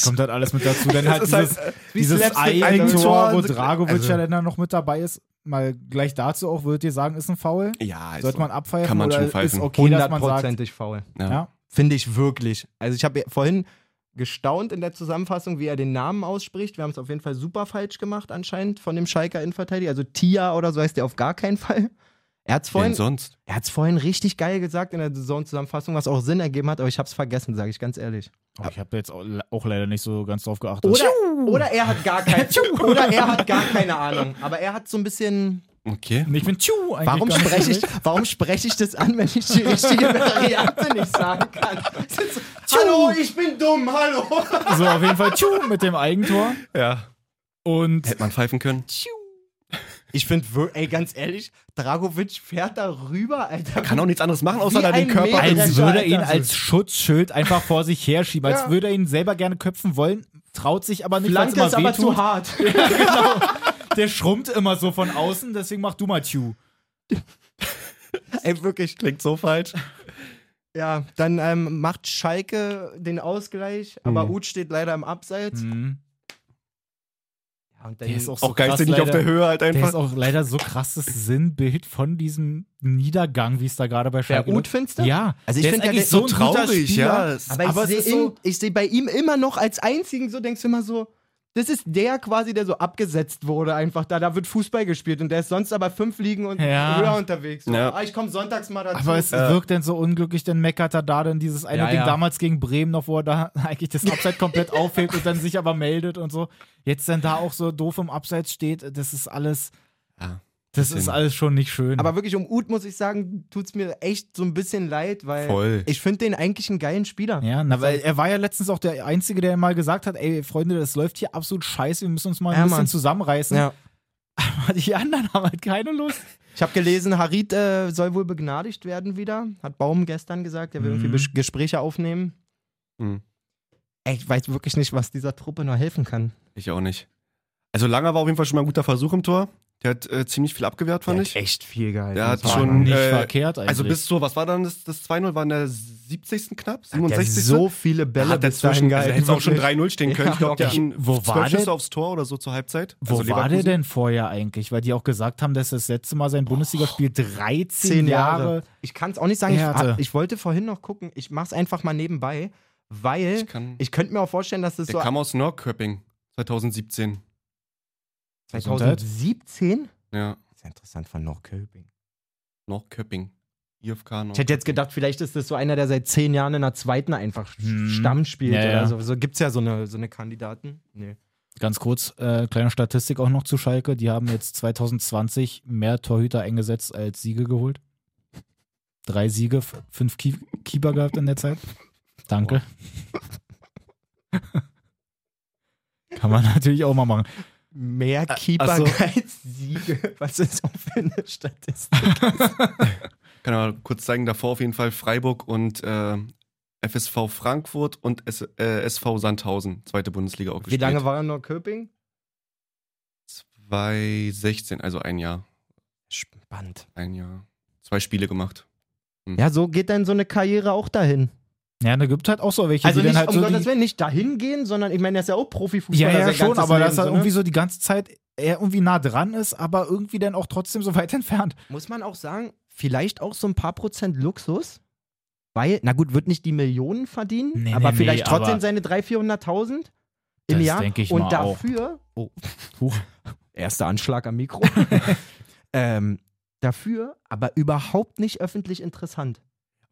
Kommt halt alles mit dazu. Dann halt ist halt, dieses, äh, wie dieses Slapstick, Eigentor, Alter. wo Also- Dragovic also- ja dann da noch mit dabei ist. Mal gleich dazu auch, würdet ihr sagen, ist ein Foul? Ja, also, ist Sollte man abpfeifen Kann man oder schon pfeifen. ist okay, dass man sagt, Hundertprozentig faul. Ja. ja, Finde ich wirklich. Also ich habe ja vorhin gestaunt in der Zusammenfassung, wie er den Namen ausspricht. Wir haben es auf jeden Fall super falsch gemacht anscheinend von dem Schalker Innenverteidiger. Also Tia oder so heißt der auf gar keinen Fall. Er hat es Denn vorhin, sonst? er hat's vorhin richtig geil gesagt in der Saisonzusammenfassung, was auch Sinn ergeben hat, aber ich habe es vergessen, sage ich ganz ehrlich. Oh, ich habe jetzt auch, auch leider nicht so ganz drauf geachtet. Oder, oder er hat gar [LAUGHS] keine oder er hat gar keine Ahnung. Aber er hat so ein bisschen. Okay. Nee, ich bin tschu eigentlich Warum gar nicht spreche so ich, wild. warum spreche ich das an, wenn ich die [LAUGHS] richtige Variante nicht sagen kann? Es ist so, hallo, ich bin dumm, hallo. So, auf jeden Fall tschu mit dem Eigentor. Ja. Und Hätte man pfeifen können. Ich finde, ey, ganz ehrlich, Dragovic fährt da rüber, Alter. Kann auch nichts anderes machen, außer Wie da ein den Körper. Mädel. Als- als würde er ihn Alter. als Schutzschild einfach vor sich herschieben, als Ja. würde er ihn selber gerne köpfen wollen, traut sich aber nicht, weil es Flanke ist immer aber wehtut. zu hart. [LAUGHS] [LAUGHS] Genau. Der schrummt immer so von außen, deswegen mach du mal tschu. ey, wirklich. Klingt so falsch. Ja, dann ähm, macht Schalke den Ausgleich, aber Mhm. Uth steht leider im Abseits. Mhm. Ja, und dann Der ist auch so Auch geil, krass sind nicht auf leider- der Höhe halt Der ist einfach. auch leider so krasses Sinnbild von diesem Niedergang, wie es da gerade bei der Schalke Uth, findest du? Ja, Also ich der find ist ja eigentlich der- so ein guter traurig, Spieler, ja. Es- Aber ich aber es sehe ist so, ihn- ich sehe bei ihm immer noch als einzigen so, denkst du immer so, das ist der quasi, der so abgesetzt wurde einfach da. Da wird Fußball gespielt und der ist sonst aber fünf Ligen und Ja. höher unterwegs. So, Ja. Ah, ich komme sonntags mal dazu. aber Äh. es wirkt denn so unglücklich, denn meckert er da denn dieses eine Ja, Ding ja. damals gegen Bremen noch, wo er da [LAUGHS] eigentlich das Abseits komplett aufhebt und dann sich aber meldet und so. Jetzt dann da auch so doof im Abseits steht, das ist alles, Ja. das bisschen. ist alles schon nicht schön. aber wirklich um Uth muss ich sagen, tut's mir echt so ein bisschen leid, weil Voll. ich finde den eigentlich einen geilen Spieler. ja, na, weil er war ja letztens auch der Einzige, der mal gesagt hat, ey, Freunde, das läuft hier absolut scheiße, wir müssen uns mal ein Ja, bisschen Mann. zusammenreißen. Ja. Aber die anderen haben halt keine Lust. Ich habe gelesen, Harit äh, soll wohl begnadigt werden wieder. Hat Baum gestern gesagt, er will Mhm. irgendwie Bes- Gespräche aufnehmen. Hm. Ey, ich weiß wirklich nicht, was dieser Truppe noch helfen kann. Ich auch nicht. Also Langer war auf jeden Fall schon mal ein guter Versuch im Tor. Der hat äh, ziemlich viel abgewehrt, fand Der ich. hat echt viel geil. Der hat War schon, nicht äh, verkehrt eigentlich. Also bis zur, was war dann das, das 2-0? War in der 70. knapp? Der 67. so viele Bälle hat bis dahin dazwischen, also gehalten. hätte es auch schon wirklich. 3-0 stehen können. Ja, ich glaube, der hat locker. ihn Wo war 12 Schüsse der- aufs Tor oder so zur Halbzeit. Wo also war der Leverkusen. denn vorher eigentlich? Weil die auch gesagt haben, dass das letzte Mal sein Bundesligaspiel 13 zehn Jahre. Jahre. Ich kann es auch nicht sagen. Ich, Härte. hab, ich wollte vorhin noch gucken. Ich mach's einfach mal nebenbei, weil Ich ich, kann, könnte mir auch vorstellen, dass das der so kam aus Norrköping 2017. 2017. Ja, Das ist ja interessant von Norrköping. Norrköping. IFK Norrköping. Ich hätte jetzt gedacht, vielleicht ist das so einer, der seit zehn Jahren in der zweiten einfach Hm. Stamm spielt Ja, oder ja. so. So gibt's ja so eine, so eine Kandidaten. Nee. Ganz kurz, äh, kleine Statistik auch noch zu Schalke. Die haben jetzt 2020 mehr Torhüter eingesetzt als Siege geholt. Drei Siege, f- fünf Kie- Keeper gehabt in der Zeit. Danke. [LAUGHS] Kann man natürlich auch mal machen. Mehr ach Keeper so. als [LAUGHS] Siege. Was ist das für eine Statistik? kann ja mal kurz zeigen, davor auf jeden Fall Freiburg und äh, FSV Frankfurt und S äh, SV Sandhausen, zweite Bundesliga auch Wie gespielt. lange war er in Norrköping? 2016, also ein Jahr. Spannend. Ein Jahr. Zwei Spiele gemacht. Ja, so geht dann so eine Karriere auch dahin. Ja, da gibt halt auch so welche, Also die nicht, dann halt um so Gottes die, Willen, nicht dahin gehen, sondern ich meine, der ist ja auch Ja, Profifußballer. ja, sein schon, ganzes aber Leben, dass er so, ne? irgendwie so die ganze Zeit er irgendwie nah dran ist, aber irgendwie dann auch trotzdem so [LAUGHS] weit entfernt. Muss man auch sagen, vielleicht auch so ein paar Prozent Luxus, weil, na gut, wird nicht die Millionen verdienen, Nee, aber nee, vielleicht nee, trotzdem aber- seine 300.000, 400.000 im Das Jahr. denke ich Und mal dafür, oh, [LAUGHS] Huch. erster Anschlag am Mikro, ähm, dafür aber überhaupt nicht öffentlich interessant.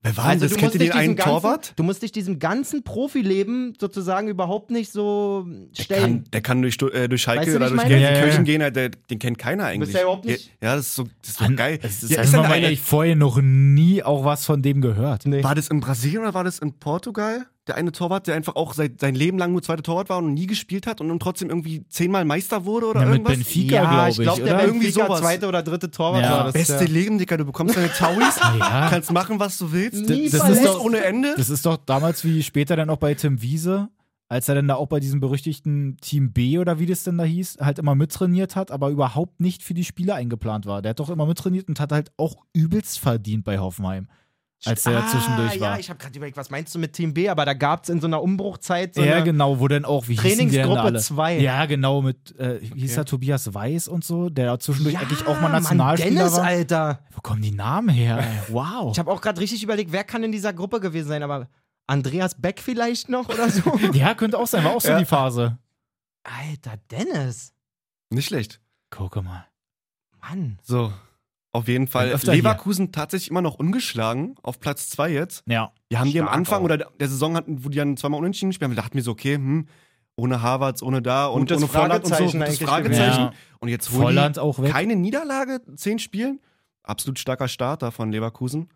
Wer war Also das? du Kennt musst, ihr dich den diesem einen ganzen, Torwart? du musst dich diesem ganzen Profileben sozusagen überhaupt nicht so Der stellen. kann, der kann durch, Stu- äh, durch Schalke Weißt du, wie oder ich durch meine? Ja, ja, Gelsenkirchen ja. gehen, halt, der, den kennt keiner eigentlich. ja überhaupt nicht- Ja, das ist so, das ist halt doch geil. Es ist, ja, ist denn mal einer- ehrlich, vorher noch nie auch was von dem gehört. Nee. War das in Brasilien oder war das in Portugal? Der eine Torwart, der einfach auch seit, sein Leben lang nur zweiter Torwart war und nie gespielt hat und dann trotzdem irgendwie zehnmal Meister wurde oder Ja, mit irgendwas? Benfica, glaube ich, glaub, oder? der Irgendwie Benfica sowas. zweite oder dritte Torwart Ja. war das. Beste Leben, Dicker, du bekommst deine [LAUGHS] Tauis, Ja. kannst machen, was du willst. Nie das verletzt. ist doch ohne Ende. Das ist doch damals wie später dann auch bei Tim Wiese, als er dann da auch bei diesem berüchtigten Team B oder wie das denn da hieß, halt immer mittrainiert hat, aber überhaupt nicht für die Spieler eingeplant war. Der hat doch immer mittrainiert und hat halt auch übelst verdient bei Hoffenheim, als er zwischendurch war. Ah, Ja, ich habe gerade überlegt, was meinst du mit Team B? Aber da gab es in so einer Umbruchzeit so ja, eine genau, wo dann auch, wie hießen die denn Trainingsgruppe alle? 2. Ja, genau, mit, äh, wie hieß Okay. er, Tobias Weiß und so, der zwischendurch Ja, genau, eigentlich auch mal Mann, Nationalspieler Dennis, war. Alter. Wo kommen die Namen her? ey? [LAUGHS] Wow. Ich habe auch gerade richtig überlegt, wer kann in dieser Gruppe gewesen sein, aber Andreas Beck vielleicht noch oder so? [LAUGHS] Ja, könnte auch sein, war auch so Ja. die Phase. Alter, Dennis. Nicht schlecht. Gucke mal. Mann. So. Auf jeden Fall. Dann öfter Leverkusen tatsächlich immer noch ungeschlagen, auf Platz 2 jetzt. Ja. Wir haben die am Stark Anfang auch. oder der Saison hatten, wo die dann zweimal unentschieden gespielt haben, dachten wir so, okay, hm, ohne Harvards, ohne da und Gutes ohne Volland und so. Fragezeichen Das eigentlich Fragezeichen. Ja. Und jetzt holen Volland auch die weg. keine Niederlage, zehn Spielen. Absolut starker Starter von Leverkusen.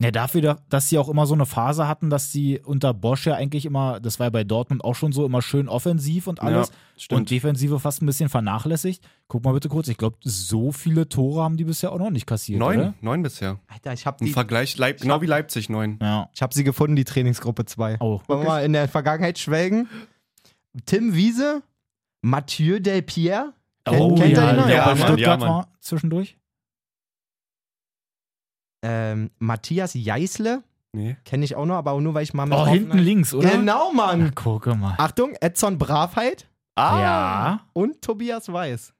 Ja, dafür, da- dass sie auch immer so eine Phase hatten, dass sie unter Bosch ja eigentlich immer, das war ja bei Dortmund auch schon so, immer schön offensiv und alles. Ja, und stimmt. Defensive fast ein bisschen vernachlässigt. Guck mal bitte kurz, ich glaube, so viele Tore haben die bisher auch noch nicht kassiert, neun, oder? neun bisher. Alter, ich hab Im die. Vergleich, Leip genau wie Leipzig, neun. Ja. Ich hab sie gefunden, die Trainingsgruppe 2. Oh. Wollen wir mal in der Vergangenheit schwelgen? Tim Wiese, Mathieu Delpierre. Ken- oh, kennt ihr ja, den noch? ja, Ja, bei Mann. Stuttgart Ja, Mann. war zwischendurch. ähm, Matthias Jeißle, Nee. kenne ich auch noch, aber auch nur, weil ich mal mit Oh, drauf- hinten links, oder? Genau, Na, Mann. gucke mal. Achtung, Edson Bravheit Ah. Ja. und Tobias Weiß.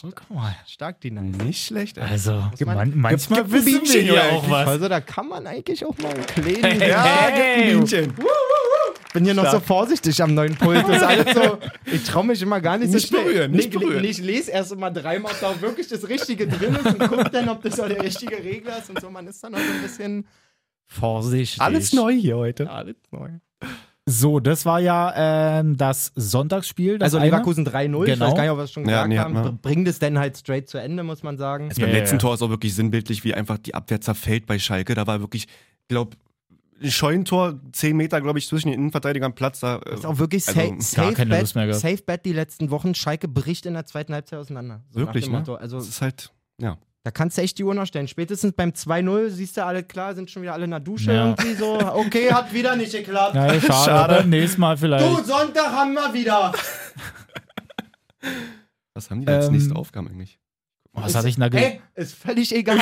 Guck mal. Stark die Nice. Nicht schlecht, ey. Also, Muss man- man, manchmal Gibt- gibt wissen ein wir Bienchen ja Mhm. hier auch was. Also da kann man eigentlich auch mal einen kleinen... Hey. Ja, Hey. gibt ein Bienchen. Ich bin hier noch so Stark. vorsichtig am neuen Pult. Das ist alles so, ich traue mich immer gar nicht, Nicht so schnell. berühren, nicht Nee, berühren. nee, Ich lese erst immer dreimal, ob da auch wirklich das Richtige drin ist und gucke dann, ob das auch der richtige Regler ist und so. Man ist dann auch so ein bisschen... Vorsichtig. hier heute. Alles neu. So, das war ja ähm, das Sonntagsspiel. Das Also eine. Leverkusen 3-0, ich Genau. weiß gar nicht, ob wir es schon Ja, gesagt nee, hat haben. man. Br- Bringt es denn halt straight zu Ende, muss man sagen. Also beim Ja, letzten ja. Tor ist auch wirklich sinnbildlich, wie einfach die Abwehr zerfällt bei Schalke. Da war wirklich, ich glaube, ein Scheunentor, 10 Meter, glaube ich, zwischen den Innenverteidigern Platz. Da, äh, Ist auch wirklich Also, safe, gar safe, keine bet, Lust mehr gehabt. safe bet die letzten Wochen. Schalke bricht in der zweiten Halbzeit auseinander. So nach Wirklich, dem ne? Motto. Also das ist halt, ja. da kannst du echt die Uhr noch stellen. Spätestens beim 2-0 siehst du alle klar, sind schon wieder alle in der Dusche Ja. irgendwie so. Okay, hat wieder nicht geklappt. Ja, schade. Schade. Beim nächsten Mal vielleicht. Du, Sonntag haben wir wieder. Was haben die da als Ähm, nächste Aufgabe eigentlich? Oh, Was hatte ich denn da ge Ey, ist völlig [LAUGHS] egal.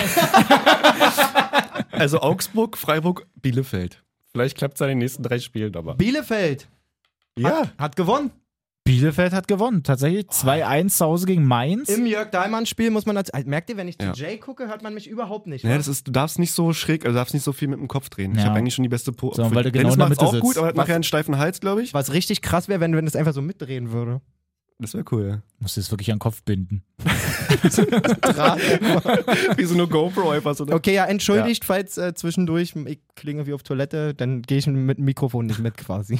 Also Augsburg, Freiburg, Bielefeld. Vielleicht klappt es an den nächsten drei Spielen, aber. Bielefeld Ja. hat, hat gewonnen. Bielefeld hat gewonnen. Tatsächlich 2-1 zu Hause gegen Mainz. Im Jörg Dahlmann-Spiel muss man dazu. Merkt ihr, wenn ich zu Ja. Jay gucke, hört man mich überhaupt nicht. Nee, wa? das ist, du darfst nicht so schräg, also darfst nicht so viel mit dem Kopf drehen. Ich Ja. habe eigentlich schon die beste Po. So, weil du genau Dennis in der macht's Mitte auch gut, sitzt. aber hat Was- nachher einen steifen Hals, glaube ich. Was richtig krass wäre, wenn, wenn das einfach so mitdrehen würde. Das wäre cool. Muss jetzt wirklich an den Kopf binden. [LAUGHS] Wie so eine GoPro einfach so. ne? Okay, ja, entschuldigt, falls äh, zwischendurch ich klinge wie auf Toilette, dann gehe ich mit dem Mikrofon nicht mit quasi.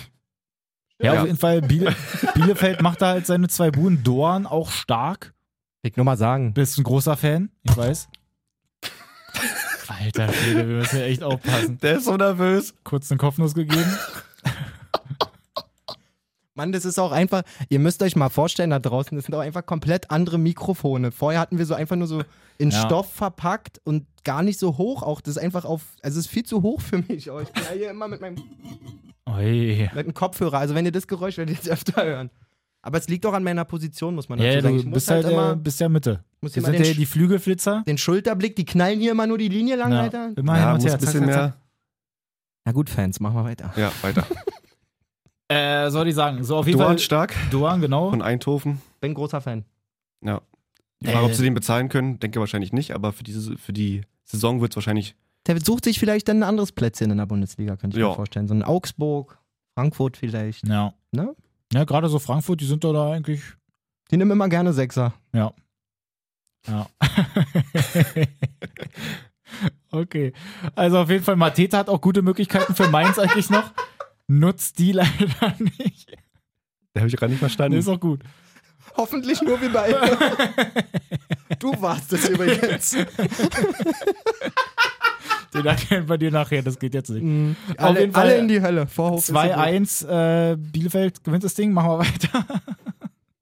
Ja, Ja. auf jeden Fall. Biele Bielefeld macht da halt seine zwei Buhen. Dorn auch stark. [LAUGHS] Ich nur mal sagen. Bist ein großer Fan, ich weiß. Alter Schwede, wir müssen ja echt aufpassen. Der ist so nervös. Kurz den Kopfnuss gegeben. Mann, das ist auch einfach, ihr müsst euch mal vorstellen, da draußen, das sind auch einfach komplett andere Mikrofone. Vorher hatten wir so einfach nur so in Ja. Stoff verpackt und gar nicht so hoch auch. Das ist einfach auf, also es ist viel zu hoch für mich. Oh, ich bin ja hier immer mit meinem Ui. mit einem Kopfhörer. Also wenn ihr das Geräusch werdet ihr jetzt öfter hören. Aber es liegt auch an meiner Position, muss man dazu Ja, sagen. du Ich muss bist halt halt äh, immer, bist ja Mitte. muss Wir immer sind den, ja hier Sch- die Flügelflitzer. den Schulterblick, die knallen hier immer nur die Linie lang, Ja, Alter. Immer hin und muss her. ein zack, bisschen zack, zack. mehr. Na gut, Fans, machen wir weiter. Ja, weiter. Äh, soll ich sagen. So, auf jeden Duan Fall. stark Duan, genau. von Eindhofen. Bin großer Fan. Ja. Die Frage, Äh. ob sie den bezahlen können, denke wahrscheinlich nicht, aber für, diese, für die Saison wird es wahrscheinlich. Der sucht sich vielleicht dann ein anderes Plätzchen in der Bundesliga, könnte ich Ja. mir vorstellen. So ein Augsburg, Frankfurt vielleicht. Ja. Ne? Ja, gerade so Frankfurt, die sind doch da eigentlich. Die nehmen immer gerne Sechser. Ja. [LAUGHS] okay. Also auf jeden Fall, Mateta hat auch gute Möglichkeiten für Mainz eigentlich noch. Nutzt die leider nicht. Da habe ich gerade nicht verstanden. Ist auch gut. [LAUGHS] Hoffentlich nur wie [LAUGHS] bei. du warst es übrigens. Den erkennt man dir nachher, das geht jetzt nicht. [LAUGHS] Mhm. Auf alle, jeden Fall alle in die Hölle. Vorhof. ist so gut. 2-1, äh, Bielefeld gewinnt das Ding, machen wir weiter.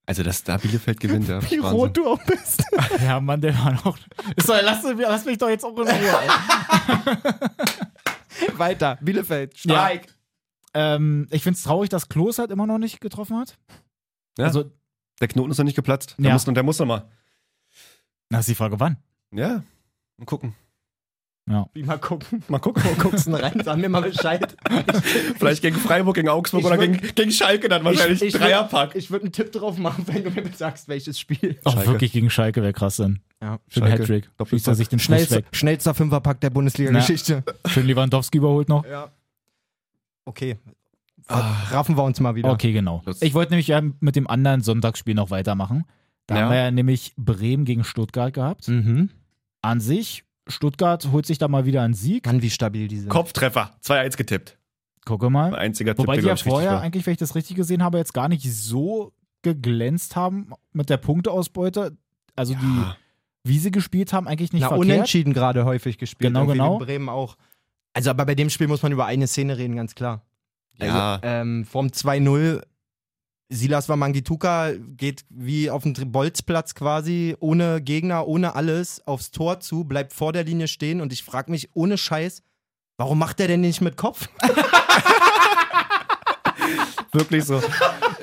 Also, dass da Bielefeld gewinnt, ja. [LAUGHS] Wie Wahnsinn. rot du auch bist. [LAUGHS] ja, Mann, der war noch. Ist doch, lass, lass mich doch jetzt auch in Ruhe. ey. Weiter. Bielefeld. Ja. Streik. ähm, ich find's traurig, dass Klos halt immer noch nicht getroffen hat. Ja. Also, Der Knoten ist noch nicht geplatzt. Der Ja. muss, noch- der muss noch mal. das ist die Frage, wann? Ja. Mal gucken. Wie, Mal gucken. Mal gucken. Wo guckst du denn rein? Sag mir mal Bescheid. Vielleicht gegen Freiburg, gegen Augsburg Ich oder würd- gegen, gegen Schalke dann wahrscheinlich. ich würd- Dreierpack. Ich würde einen Tipp drauf machen, wenn du mir sagst, welches Spiel. Auch Schalke. wirklich gegen Schalke wäre krass dann. Ja. Schön Schalke. Hattrick. Doppelpack. Schießt er sich den Schuss Schnellster, weg. schnellster Fünferpack der Bundesliga-Geschichte. [LAUGHS] Schön Lewandowski überholt noch. Ja. Okay. Ah. Raffen wir uns mal wieder. Okay, genau. Das- Ich wollte nämlich ja mit dem anderen Sonntagsspiel noch weitermachen. Da Ja. Hm. haben wir ja nämlich Bremen gegen Stuttgart gehabt. Mhm. An sich, Stuttgart holt sich da mal wieder einen Sieg. Mann, wie stabil diese. Kopftreffer. 2-1 getippt. Gucke Ein mal. einziger Wobei Tipp, die ja der, glaub ich, richtig vorher war. eigentlich, wenn ich das richtig gesehen habe, jetzt gar nicht so geglänzt haben mit der Punkteausbeute. Also Ja. die, wie sie gespielt haben, eigentlich nicht Na, verkehrt. unentschieden gerade häufig gespielt. Genau, irgendwie genau. In Bremen auch. Also, aber bei dem Spiel muss man über eine Szene reden, ganz klar. Ah, Ja. Also, ähm, vom 2-0, Silas Wamangituka geht wie auf dem Dr- Bolzplatz quasi, ohne Gegner, ohne alles, aufs Tor zu, bleibt vor der Linie stehen und ich frage mich ohne Scheiß, warum macht er denn nicht mit Kopf? [LAUGHS] Wirklich so.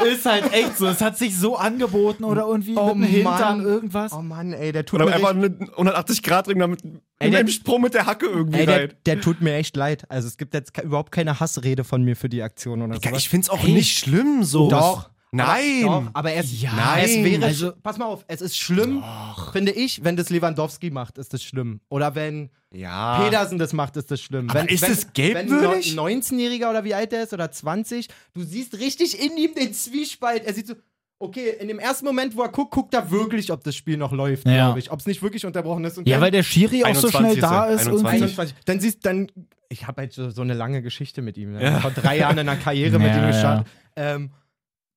Ist halt echt so. Es hat sich so angeboten oder irgendwie Oh mit dem Hintern Mann. irgendwas. Oh Mann, ey, der tut Oder mir einfach echt, eine 180 Grad Ring damit Ey, der- im Sprung mit der Hacke irgendwie ey, der, rein. der tut mir echt leid. Also es gibt jetzt ke- überhaupt keine Hassrede von mir für die Aktion oder sowas. find's auch Ey. schlimm so. Doch. Nein. Aber, doch, aber es, Ja. es Nein. wäre. Also- pass mal auf, es ist schlimm, finde ich, wenn das Lewandowski macht, ist das schlimm. Oder wenn Ja. Pedersen das macht, ist das schlimm. Ah. Aber wenn, ist wenn, es gelbwürdig? Wenn ein 19-Jähriger oder wie alt der ist oder 20, du siehst richtig in ihm den Zwiespalt. Er sieht so. Okay, in dem ersten Moment, wo er guckt, guckt er wirklich, ob das Spiel noch läuft, Ja. glaube ich. Ob es nicht wirklich unterbrochen ist. Und Ja, dann- weil der Schiri auch so 21. schnell da ist. irgendwie. 21. 21. Dann siehst dann, ich habe halt so, so eine lange Geschichte mit ihm. Ne? Vor drei Jahren in einer Karriere mit Ja, ihm ja. gestartet. Ähm,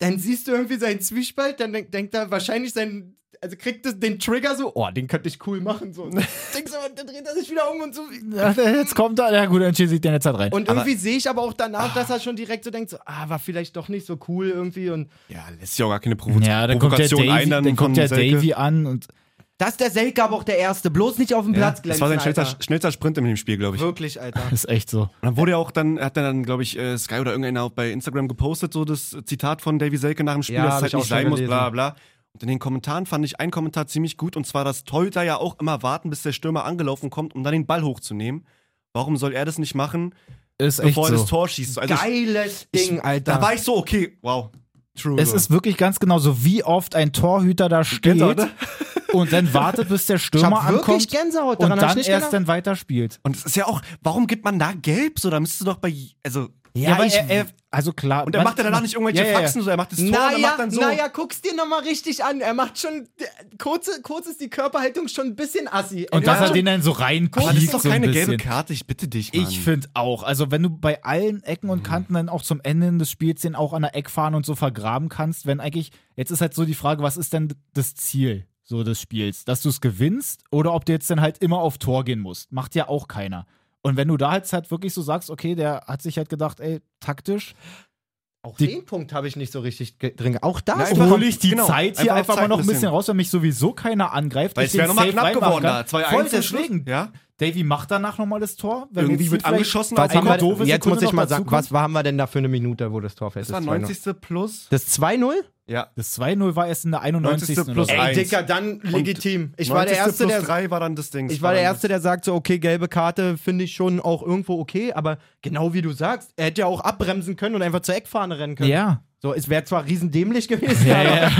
dann siehst du irgendwie seinen Zwiespalt, dann denk, denkt er wahrscheinlich seinen, also kriegt das, den Trigger so, oh, den könnte ich cool machen. So. Und dann denkst du, aber dann dreht er sich wieder um und so. Ja, Jetzt kommt er, ja gut, dann schießt sich der jetzt halt rein. Und irgendwie sehe ich aber auch danach, dass er schon direkt so denkt, so, ah, war vielleicht doch nicht so cool irgendwie. Und Ja, lässt sich auch gar keine Provo ja, dann kommt der Provokation Davy, ein. Dann, dann kommt von der Selke. Davy an und das ist der Selke aber auch der Erste, bloß nicht auf dem Ja, Platz das glänzen, war sein Alter. schnellster, schnellster Sprint in dem Spiel, glaube ich. Und Wirklich, Alter. [LAUGHS] ist echt so. dann wurde ja auch dann, hat dann, glaube ich, äh, Sky oder irgendeiner auch bei Instagram gepostet, so das Zitat von Davy Selke nach dem Spiel, Ja, dass hab es halt ich auch nicht sein schon muss, gelesen. bla bla. Und in den Kommentaren fand ich einen Kommentar ziemlich gut, und zwar, dass Torhüter ja auch immer warten, bis der Stürmer angelaufen kommt, um dann den Ball hochzunehmen. Warum soll er das nicht machen, Ist echt bevor er so. das Tor schießt? Also ich- Geiles ich- Ding, Alter. Da war ich so, okay, wow. True. Es so. ist wirklich ganz genau so, wie oft ein Torhüter da steht Gänsehaut, ne? und dann wartet, bis der ich Stürmer hab wirklich ankommt Gänsehaut, und daran hab dann ich nicht erst gedacht. dann weiterspielt. Und es ist ja auch, warum gibt man da gelb so? Da müsstest du doch bei. j- Also, aber ich- er, er, also klar. und er man- macht ja danach nicht irgendwelche Ja, ja, ja. Faxen, so, er macht das Tor und er Naja, macht dann so. Ah, naja, guck's dir nochmal richtig an. Er macht schon, kurz, kurz ist die Körperhaltung schon ein bisschen assi. Und Er dass er macht den dann so reinkommt. Aber das ist doch so ein keine gelbe bisschen. Karte, ich bitte dich. Mann. Mhm. Ich finde auch. Also, wenn du bei allen Ecken und Kanten dann auch zum Ende des Spiels den auch an der Eckfahne und so vergraben kannst, wenn eigentlich, jetzt ist halt so die Frage, was ist denn das Ziel so des Spiels? Dass du es gewinnst oder ob du jetzt dann halt immer auf Tor gehen musst? Macht ja auch keiner. Und wenn du da jetzt halt wirklich so sagst, okay, der hat sich halt gedacht, ey, taktisch, Auch die- den Punkt habe ich nicht so richtig ge- drin. ge- Auch da Nein, ist einfach- hole ich die genau, Zeit hier einfach, einfach auf mal Zeit noch ein ein bisschen bisschen. raus, weil mich sowieso keiner angreift. Weil ich es wäre den nochmal safe knapp reinmachen geworden kann. da. 2-1 Voll zum Schluss. deswegen. Ja? Davy macht danach nochmal das Tor. wenn Irgendwie jetzt wird hier vielleicht angeschossen, was Was haben eine wir, doofe jetzt muss Sekunde ich mal noch sagen, dazukommt. was haben wir denn da für eine Minute, wo das Tor fällt? Das war 2-0. 90. plus. Das 2-0? Ja. Das 2-0 war erst in der 91. 90. oder so. plus Ey, Eins. dann Ich 90. plus 3 war dann das Ding. Ich war der Erste, der sagt so, okay, gelbe Karte finde ich schon auch irgendwo okay, aber genau wie du sagst, er hätte ja auch abbremsen können und einfach zur Eckfahne rennen können. Ja. So, es wäre zwar riesendämlich [LAUGHS] gewesen, Ja, aber ja.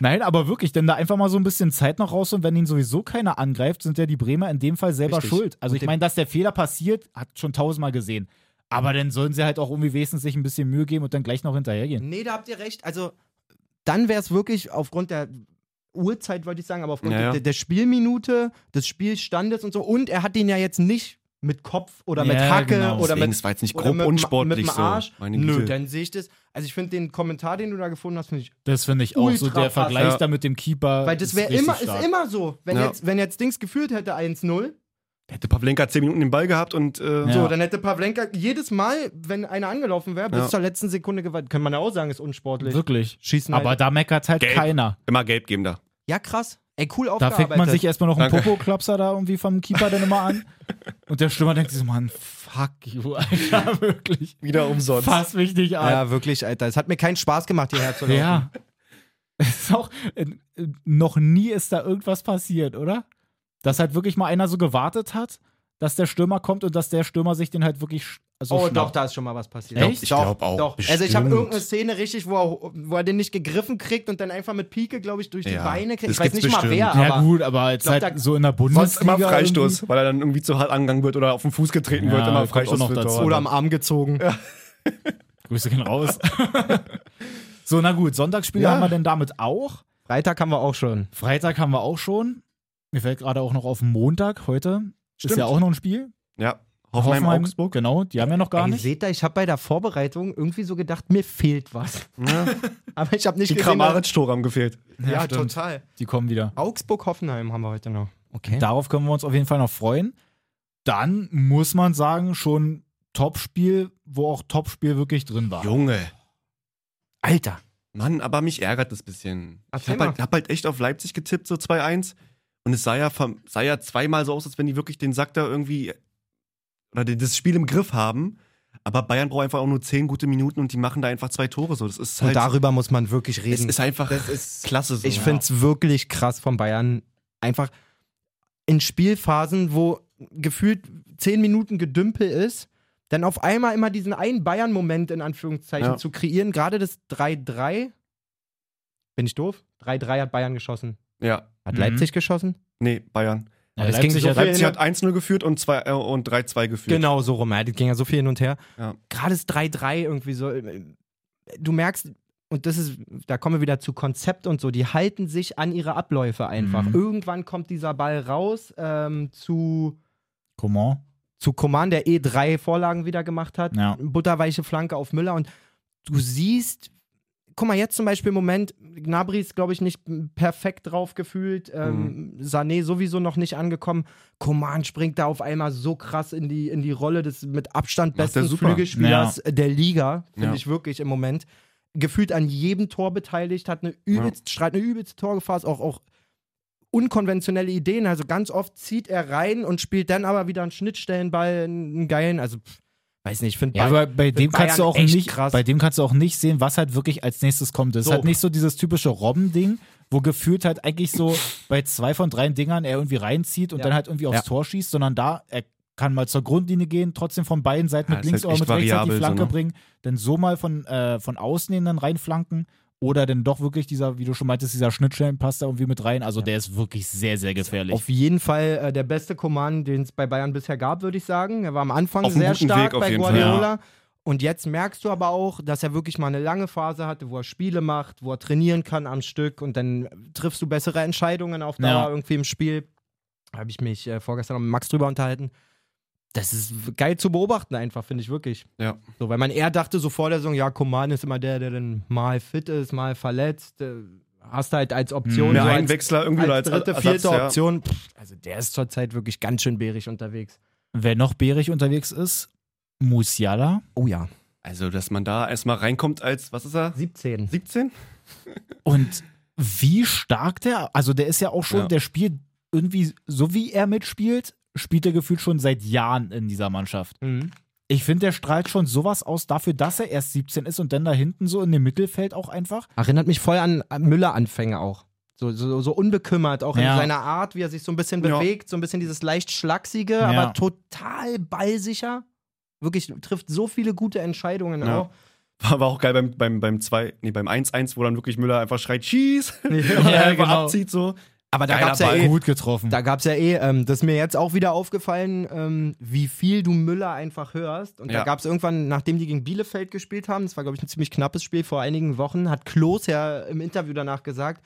Nein, aber wirklich, denn da einfach mal so ein bisschen Zeit noch raus und wenn ihn sowieso keiner angreift, sind ja die Bremer in dem Fall selber Richtig. schuld. Also Und ich dem- meine, dass der Fehler passiert, hat schon tausendmal gesehen. Aber dann sollen sie halt auch irgendwie wesentlich sich ein bisschen Mühe geben und dann gleich noch hinterhergehen. Nee, da habt ihr recht. Also, dann wäre es wirklich aufgrund der Uhrzeit, wollte ich sagen, aber aufgrund Ja, ja. Der, der Spielminute, des Spielstandes und so. Und er hat ihn ja jetzt nicht mit Kopf oder mit Ja, Hacke genau. oder Deswegen, mit. es war jetzt nicht oder grob mit, dem- mit unsportlich dem so. Arsch. Meine Nö, Güte. dann sehe ich das. Also, ich finde den Kommentar, den du da gefunden hast, finde ich. Das finde ich auch so. Ultra Der krass, Vergleich ja. da mit dem Keeper. Weil das ist wäre richtig immer, stark. ist immer so. Wenn, Ja. jetzt, wenn jetzt Dings geführt hätte 1-0, Hätte Pavlenka 10 Minuten den Ball gehabt und. Äh, Ja. so, dann hätte Pavlenka jedes Mal, wenn einer angelaufen wäre, bis Ja. zur letzten Sekunde gewartet. Kann man ja auch sagen, ist unsportlich. Wirklich. Schießen Aber halt. da meckert halt Gelb. keiner. Immer gelb geben da. Ja, krass. Ey, cool Da aufgearbeitet. fängt man sich erstmal noch einen Danke. Popo-Klapser da irgendwie vom Keeper dann [LAUGHS] immer an. Und der Stürmer denkt sich so, Mann, fuck [LAUGHS] you, Alter, wirklich. Wieder [LAUGHS] umsonst. Fass mich nicht an. Ja, wirklich, Alter. Es hat mir keinen Spaß gemacht, hierher zu laufen. Ja. [LAUGHS] Es ist auch, äh, äh, noch nie ist da irgendwas passiert, oder? Dass halt wirklich mal einer so gewartet hat, dass der Stürmer kommt und dass der Stürmer sich den halt wirklich. sch- Also oh, schnappt. doch, da ist schon mal was passiert. Echt? Ich glaub auch, Doch. Also ich habe bestimmt. irgendeine Szene richtig, wo er, wo er den nicht gegriffen kriegt und dann einfach mit Pike, glaube ich, durch die Ja, Beine kriegt. das Ich weiß nicht gibt's mal wer, Ja, aber gut, aber jetzt glaub, halt da- so in der Sonst Bundesliga. immer Freistoß, irgendwie. weil er dann irgendwie zu hart angegangen wird oder auf den Fuß getreten Ja, wird, immer kommt Freistoß auch noch für dazu. Tor. oder am Arm gezogen. Grüße gehen [LAUGHS] raus. so, na gut, Sonntagsspiele Ja. haben wir denn damit auch. Freitag haben wir auch schon. Freitag haben wir auch schon. Mir fällt gerade auch noch auf Montag heute. Ist Stimmt. ja auch noch ein Spiel. Ja, Hoffenheim, Augsburg. Genau, die haben ja noch gar Ey, nicht. seht ihr, ich habe bei der Vorbereitung irgendwie so gedacht, mir fehlt was. Ja. [LAUGHS] Aber ich habe nicht Die gesehen, dass- Kramaric-Tore haben gefehlt. Ja, Ja, stimmt. total. Die kommen wieder. Augsburg-Hoffenheim haben wir heute noch. Okay. Darauf können wir uns auf jeden Fall noch freuen. Dann muss man sagen, schon Topspiel, wo auch Topspiel wirklich drin war. Junge. Alter. Mann, aber mich ärgert das bisschen. Ich Erzähl hab mal. halt, hab halt echt auf Leipzig getippt, so 2-1. Und es sah ja, verm- sah ja zweimal so aus, als wenn die wirklich den Sack da irgendwie oder die- das Spiel im Griff haben. Aber Bayern braucht einfach auch nur zehn gute Minuten und die machen da einfach zwei Tore. So, das ist Und halt. darüber muss man wirklich es reden. ist einfach Das ist- klasse. So. Ich finde es wirklich krass von Bayern. Einfach in Spielphasen, wo gefühlt zehn Minuten Gedümpel ist, dann auf einmal immer diesen einen Bayern-Moment in Anführungszeichen Ja. zu kreieren. Gerade das 3-3. Bin ich doof? 3-3 hat Bayern geschossen. Ja, Hat Mhm. Leipzig geschossen? nee, Bayern. Ja, Aber es Leipzig ging so hat- viel Leipzig hin- hat 1-0 geführt und, zwei- äh, und 3-2 geführt. Genau so rum. Ja, das ging ja so viel hin und her. Ja. Gerade das 3-3 irgendwie so. äh, Du merkst, und das ist, da kommen wir wieder zu Konzept und so, die halten sich an ihre Abläufe einfach. Mhm. Irgendwann kommt dieser Ball raus ähm, zu, Coman. zu Coman, der eh drei Vorlagen wieder gemacht hat. Ja. Butterweiche Flanke auf Müller und du siehst, guck mal, jetzt zum Beispiel im Moment, Gnabry ist, glaube ich, nicht perfekt drauf gefühlt, ähm, Mhm. Sané sowieso noch nicht angekommen. Coman springt da auf einmal so krass in die, in die Rolle des mit Abstand Macht er besten super. Flügelspielers der Liga, finde Ja. ich wirklich im Moment. Gefühlt an jedem Tor beteiligt, hat eine übelst, strahlt eine übelste Torgefahr, ist auch, auch unkonventionelle Ideen. Also ganz oft zieht er rein und spielt dann aber wieder einen Schnittstellenball, einen geilen, also pff, weiß nicht, ich finde Ja, aber bei dem Bayern kannst du auch echt nicht, krass. bei dem kannst du auch nicht sehen, was halt wirklich als nächstes kommt. Das So. ist halt nicht so dieses typische Robben-Ding, wo gefühlt halt eigentlich so bei zwei von drei Dingern er irgendwie reinzieht und Ja. dann halt irgendwie aufs Ja. Tor schießt, sondern da er kann mal zur Grundlinie gehen, trotzdem von beiden Seiten Ja, mit ist links halt oder echt mit rechts halt die variabel so, Flanke ne? bringen, dann so mal von, äh, von außen hin dann reinflanken oder dann doch wirklich dieser, wie du schon meintest, dieser Schnittstellenpass da irgendwie mit rein. Also der ist wirklich sehr, sehr gefährlich. Auf jeden Fall äh, der beste Command, den es bei Bayern bisher gab, würde ich sagen. Er war am Anfang Auf einem sehr guten stark Weg auf bei jeden Fall. Guardiola. Und jetzt merkst du aber auch, dass er wirklich mal eine lange Phase hatte, wo er Spiele macht, wo er trainieren kann am Stück und dann triffst du bessere Entscheidungen auf Dauer Ja. irgendwie im Spiel. Habe ich mich äh, vorgestern noch mit Max drüber unterhalten. Das ist w- geil zu beobachten einfach, finde ich wirklich. Genau. Ja. So, weil man eher dachte so vor der Saison, ja, Coman ist immer der, der dann mal fit ist, mal verletzt. Äh, hast halt als Option Mehr so als Einwechsler irgendwie oder als dritte, Ersatz, vierte ja. Option. Pff, also der ist zurzeit wirklich ganz schön bärig unterwegs. Wer noch bärig unterwegs ist, Musiala. Oh ja, Also, dass man da erstmal reinkommt als, was ist er? 17. 17? Und wie stark der, also der ist ja auch schon, Ja. der spielt irgendwie, so wie er mitspielt, spielt er gefühlt schon seit Jahren in dieser Mannschaft. Mhm. Ich finde, der strahlt schon sowas aus dafür, dass er erst 17 ist und dann da hinten so in dem Mittelfeld [LAUGHS] auch einfach. Erinnert mich voll an an Müller-Anfänge auch. So, so, so unbekümmert, auch Ja. in seiner Art, wie er sich so ein bisschen Ja. bewegt, so ein bisschen dieses leicht schlachsige, Ja. aber total ballsicher. Wirklich trifft so viele gute Entscheidungen Ja. auch. War, war auch geil beim 2, beim, beim zwei- nee, beim 1-1, wo dann wirklich Müller einfach [LAUGHS] schreit, schieß! Ja, Und er [LAUGHS] einfach genau. abzieht so. Aber da Geiler gab es ja Ball. eh. Gut getroffen. Da gab es ja eh, ähm, das ist mir jetzt auch wieder aufgefallen, ähm, wie viel du Müller einfach hörst. Und da Ja. gab es irgendwann, nachdem die gegen Bielefeld gespielt haben, das war, glaube ich, ein ziemlich knappes Spiel vor einigen Wochen, hat Klos ja im Interview danach gesagt,